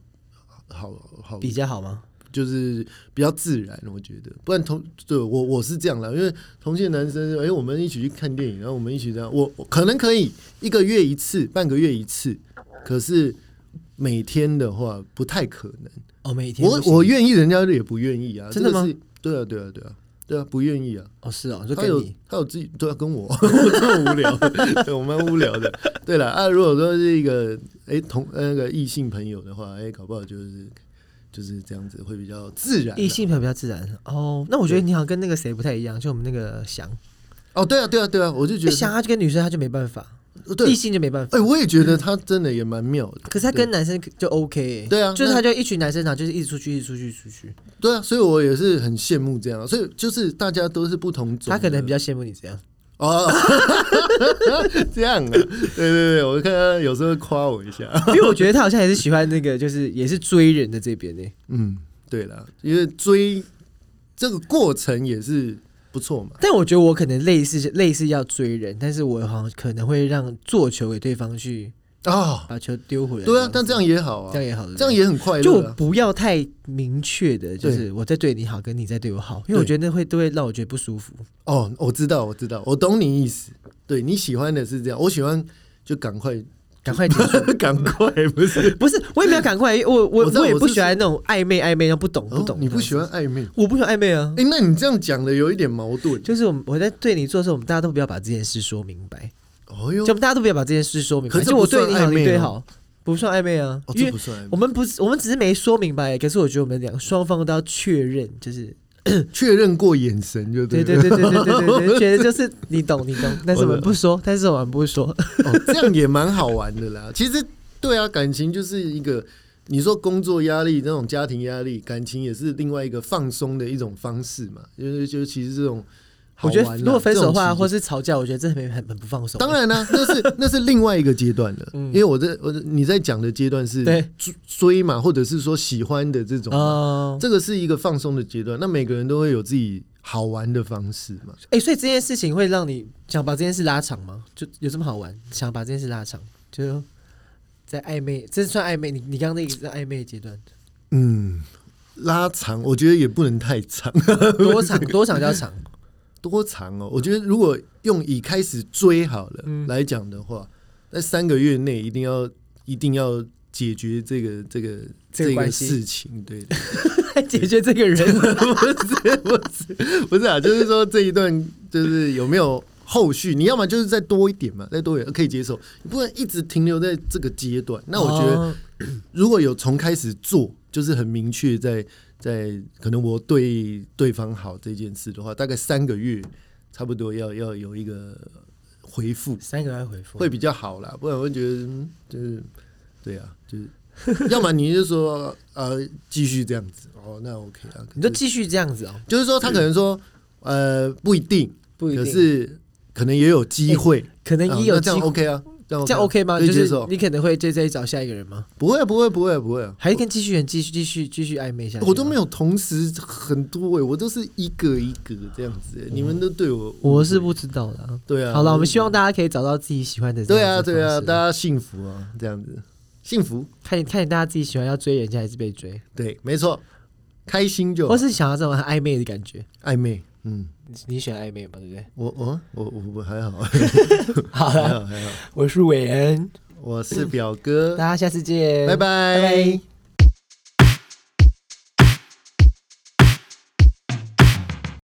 Speaker 2: 好好，
Speaker 1: 比较好吗？
Speaker 2: 就是比较自然，我觉得，不然同对我我是这样啦，因为同性男生，哎、我们一起去看电影，然后我们一起这样，我我可能可以一个月一次，半个月一次，可是每天的话不太可能。
Speaker 1: 哦，每天
Speaker 2: 我
Speaker 1: 不行
Speaker 2: 我愿意，人家也不愿意啊，
Speaker 1: 真的吗
Speaker 2: 这个是？对啊，对啊，对啊，对啊，不愿意啊。
Speaker 1: 哦是哦，就
Speaker 2: 他
Speaker 1: 跟
Speaker 2: 有
Speaker 1: 你
Speaker 2: 他有自己对啊，跟我 我这么无聊， 对我蛮无聊的。对了啊，如果说是一个哎同呃那个异性朋友的话，哎，搞不好就是就是这样子会比较自然啊。
Speaker 1: 异性朋友比较自然哦。那我觉得你好像跟那个谁不太一样，就我们那个翔，
Speaker 2: 哦，对啊，对啊，对啊，我就觉
Speaker 1: 就翔
Speaker 2: 得
Speaker 1: 他就跟女生他就没办法，异
Speaker 2: 对，
Speaker 1: 性就没办法。
Speaker 2: 哎，我也觉得他真的也蛮妙的。
Speaker 1: 可是他跟男生就 OK，、欸、
Speaker 2: 对啊
Speaker 1: 就是
Speaker 2: 那
Speaker 1: 他就一群男生，然后就是一直出去，一直出去，一直出去。
Speaker 2: 对啊，所以我也是很羡慕这样。所以就是大家都是不同种的，
Speaker 1: 他可能比较羡慕你这样。
Speaker 2: 哦， 这样啊，对对对，我看他有时候会夸我一下，
Speaker 1: 因为我觉得他好像也是喜欢那个，就是也是追人的这边欸呢、
Speaker 2: 嗯，对了，因为追这个过程也是不错嘛，
Speaker 1: 但我觉得我可能类似类似要追人，但是我好像可能会让做球给对方去
Speaker 2: 啊、
Speaker 1: 把球丢回来。
Speaker 2: 对啊，但
Speaker 1: 这
Speaker 2: 这样也
Speaker 1: 样
Speaker 2: 好啊
Speaker 1: 哦这，样也好，对不对
Speaker 2: 这样也很快
Speaker 1: 就
Speaker 2: 乐
Speaker 1: 我
Speaker 2: 啊，
Speaker 1: 不要太明确的，就
Speaker 2: 对
Speaker 1: 是我在对你好，跟你在对我好，因为我
Speaker 2: 对
Speaker 1: 觉得那会都会让我觉得不舒服。
Speaker 2: 哦，我知道，我知道，我懂你意思，对你喜欢的是这样，我喜欢就赶快，
Speaker 1: 赶快结束，
Speaker 2: 赶快，不是，
Speaker 1: 不是我也没有赶快， 因为我我
Speaker 2: 我知道
Speaker 1: 也
Speaker 2: 我
Speaker 1: 不
Speaker 2: 是
Speaker 1: 喜欢那种暧昧暧昧，然后不懂不
Speaker 2: 哦
Speaker 1: 懂，
Speaker 2: 你不喜欢，暧昧，
Speaker 1: 我不喜欢暧昧啊。
Speaker 2: 哎、那你这样讲的有一点矛盾，
Speaker 1: 就是我们我在对你做的时候，我们大家都不要把这件事说明白，
Speaker 2: 哦哟
Speaker 1: 就我，们大家都不要把这件事说明白。
Speaker 2: 可是
Speaker 1: 就我
Speaker 2: 不算
Speaker 1: 对你好，
Speaker 2: 暧昧
Speaker 1: 你对
Speaker 2: 哦
Speaker 1: 好，不算暧昧啊，
Speaker 2: 哦，
Speaker 1: 因
Speaker 2: 这
Speaker 1: 为
Speaker 2: 不算
Speaker 1: 我
Speaker 2: 暧
Speaker 1: 们不是，我们只是没说明白。可是我觉得我们两双方都要确认，就是
Speaker 2: 昧，确认过眼神就
Speaker 1: 对
Speaker 2: 对
Speaker 1: 对对对对对对对，觉得就是你懂你 懂，但是我们
Speaker 2: 我
Speaker 1: 不说，但是我们不说。
Speaker 2: 哦，这样也蛮好玩的啦。其实，对啊，感情就是一个，你说工作压力那种家庭压力，感情也是另外一个放松的一种方式嘛。就是就其实这种好
Speaker 1: 我
Speaker 2: 玩啦，
Speaker 1: 觉得如果分手的话，或
Speaker 2: 是
Speaker 1: 是吵架，我觉啊得这很很很不放松。
Speaker 2: 当然啦、那是那是另外一个阶段了。
Speaker 1: 嗯
Speaker 2: 因为我在我在你在讲的阶段是
Speaker 1: 对
Speaker 2: 追追嘛，或者是说喜欢的这种嘛，
Speaker 1: 哦，
Speaker 2: 这个是一个放松的阶段。那每个人都会有自己好玩的方式嘛。
Speaker 1: 哎，所以这件事情会让你想把这件事拉长吗？就有这么好玩？想把这件事拉长，就在暧昧，这算暧昧？你你刚刚那个是暧昧阶 段，
Speaker 2: 嗯，拉长我觉得也不能太长。
Speaker 1: 多长多长叫 长？嗯
Speaker 2: 多长哦？我觉得如果用以开始追好了、来讲的话，在三个月内一定要一定要解决这个这个
Speaker 1: 这个
Speaker 2: 个
Speaker 1: 关系
Speaker 2: 事情，对， 对
Speaker 1: 来解决这个人
Speaker 2: 不是啊，就是说这一段就是有没有后续？你要么就是再多一点嘛，再多一点可以接受，你不能一直停留在这个阶段。那我觉得
Speaker 1: 哦
Speaker 2: 如果有从开始做，就是很明确在在可能我对对方好这件事的话，大概三个月差不多要要有一个回复
Speaker 1: 三个来回复
Speaker 2: 会比较好啦，不然我会觉得嗯就是对啊，就是 要么你就说呃继续这样子哦，那 OK 啊，
Speaker 1: 你就继续这样子哦，
Speaker 2: 就是说他可能说呃不一定。
Speaker 1: 不一
Speaker 2: 可
Speaker 1: 定，哎
Speaker 2: 是可能也有机会，
Speaker 1: 可能
Speaker 2: 啊
Speaker 1: 也有
Speaker 2: 那
Speaker 1: 机
Speaker 2: 这样
Speaker 1: 会，
Speaker 2: OK 啊，这样
Speaker 1: 这样 OK 吗？
Speaker 2: 可以
Speaker 1: 就
Speaker 2: 接
Speaker 1: 是
Speaker 2: 受，
Speaker 1: 你可能会再再找下一个人吗？
Speaker 2: 不会不会不会不会啊，
Speaker 1: 还是跟继续人继续继续继续暧昧下去吗？
Speaker 2: 我都没有同时很多哎、我都是一个一个这样子欸、你们都对我，
Speaker 1: 我是不知道的啊。
Speaker 2: 对啊，
Speaker 1: 哦好了，我们希望大家可以找到自己喜欢的这
Speaker 2: 对啊
Speaker 1: 样子的方式。
Speaker 2: 对啊，大家幸福啊，这样子幸福，
Speaker 1: 看你看你大家自己喜欢要追人家还是被追，
Speaker 2: 对，没错，开心就好
Speaker 1: 或是想要这种很暧昧的感觉。
Speaker 2: 暧昧，嗯，
Speaker 1: 你你喜欢暧昧吗？对不对？
Speaker 2: 我我我我我 还好
Speaker 1: 好
Speaker 2: 还
Speaker 1: 了，
Speaker 2: 好还好，
Speaker 1: 我是伟恩，
Speaker 2: 我是表
Speaker 1: 大
Speaker 2: 哥，
Speaker 1: 家下次见，
Speaker 2: 拜拜
Speaker 1: 拜拜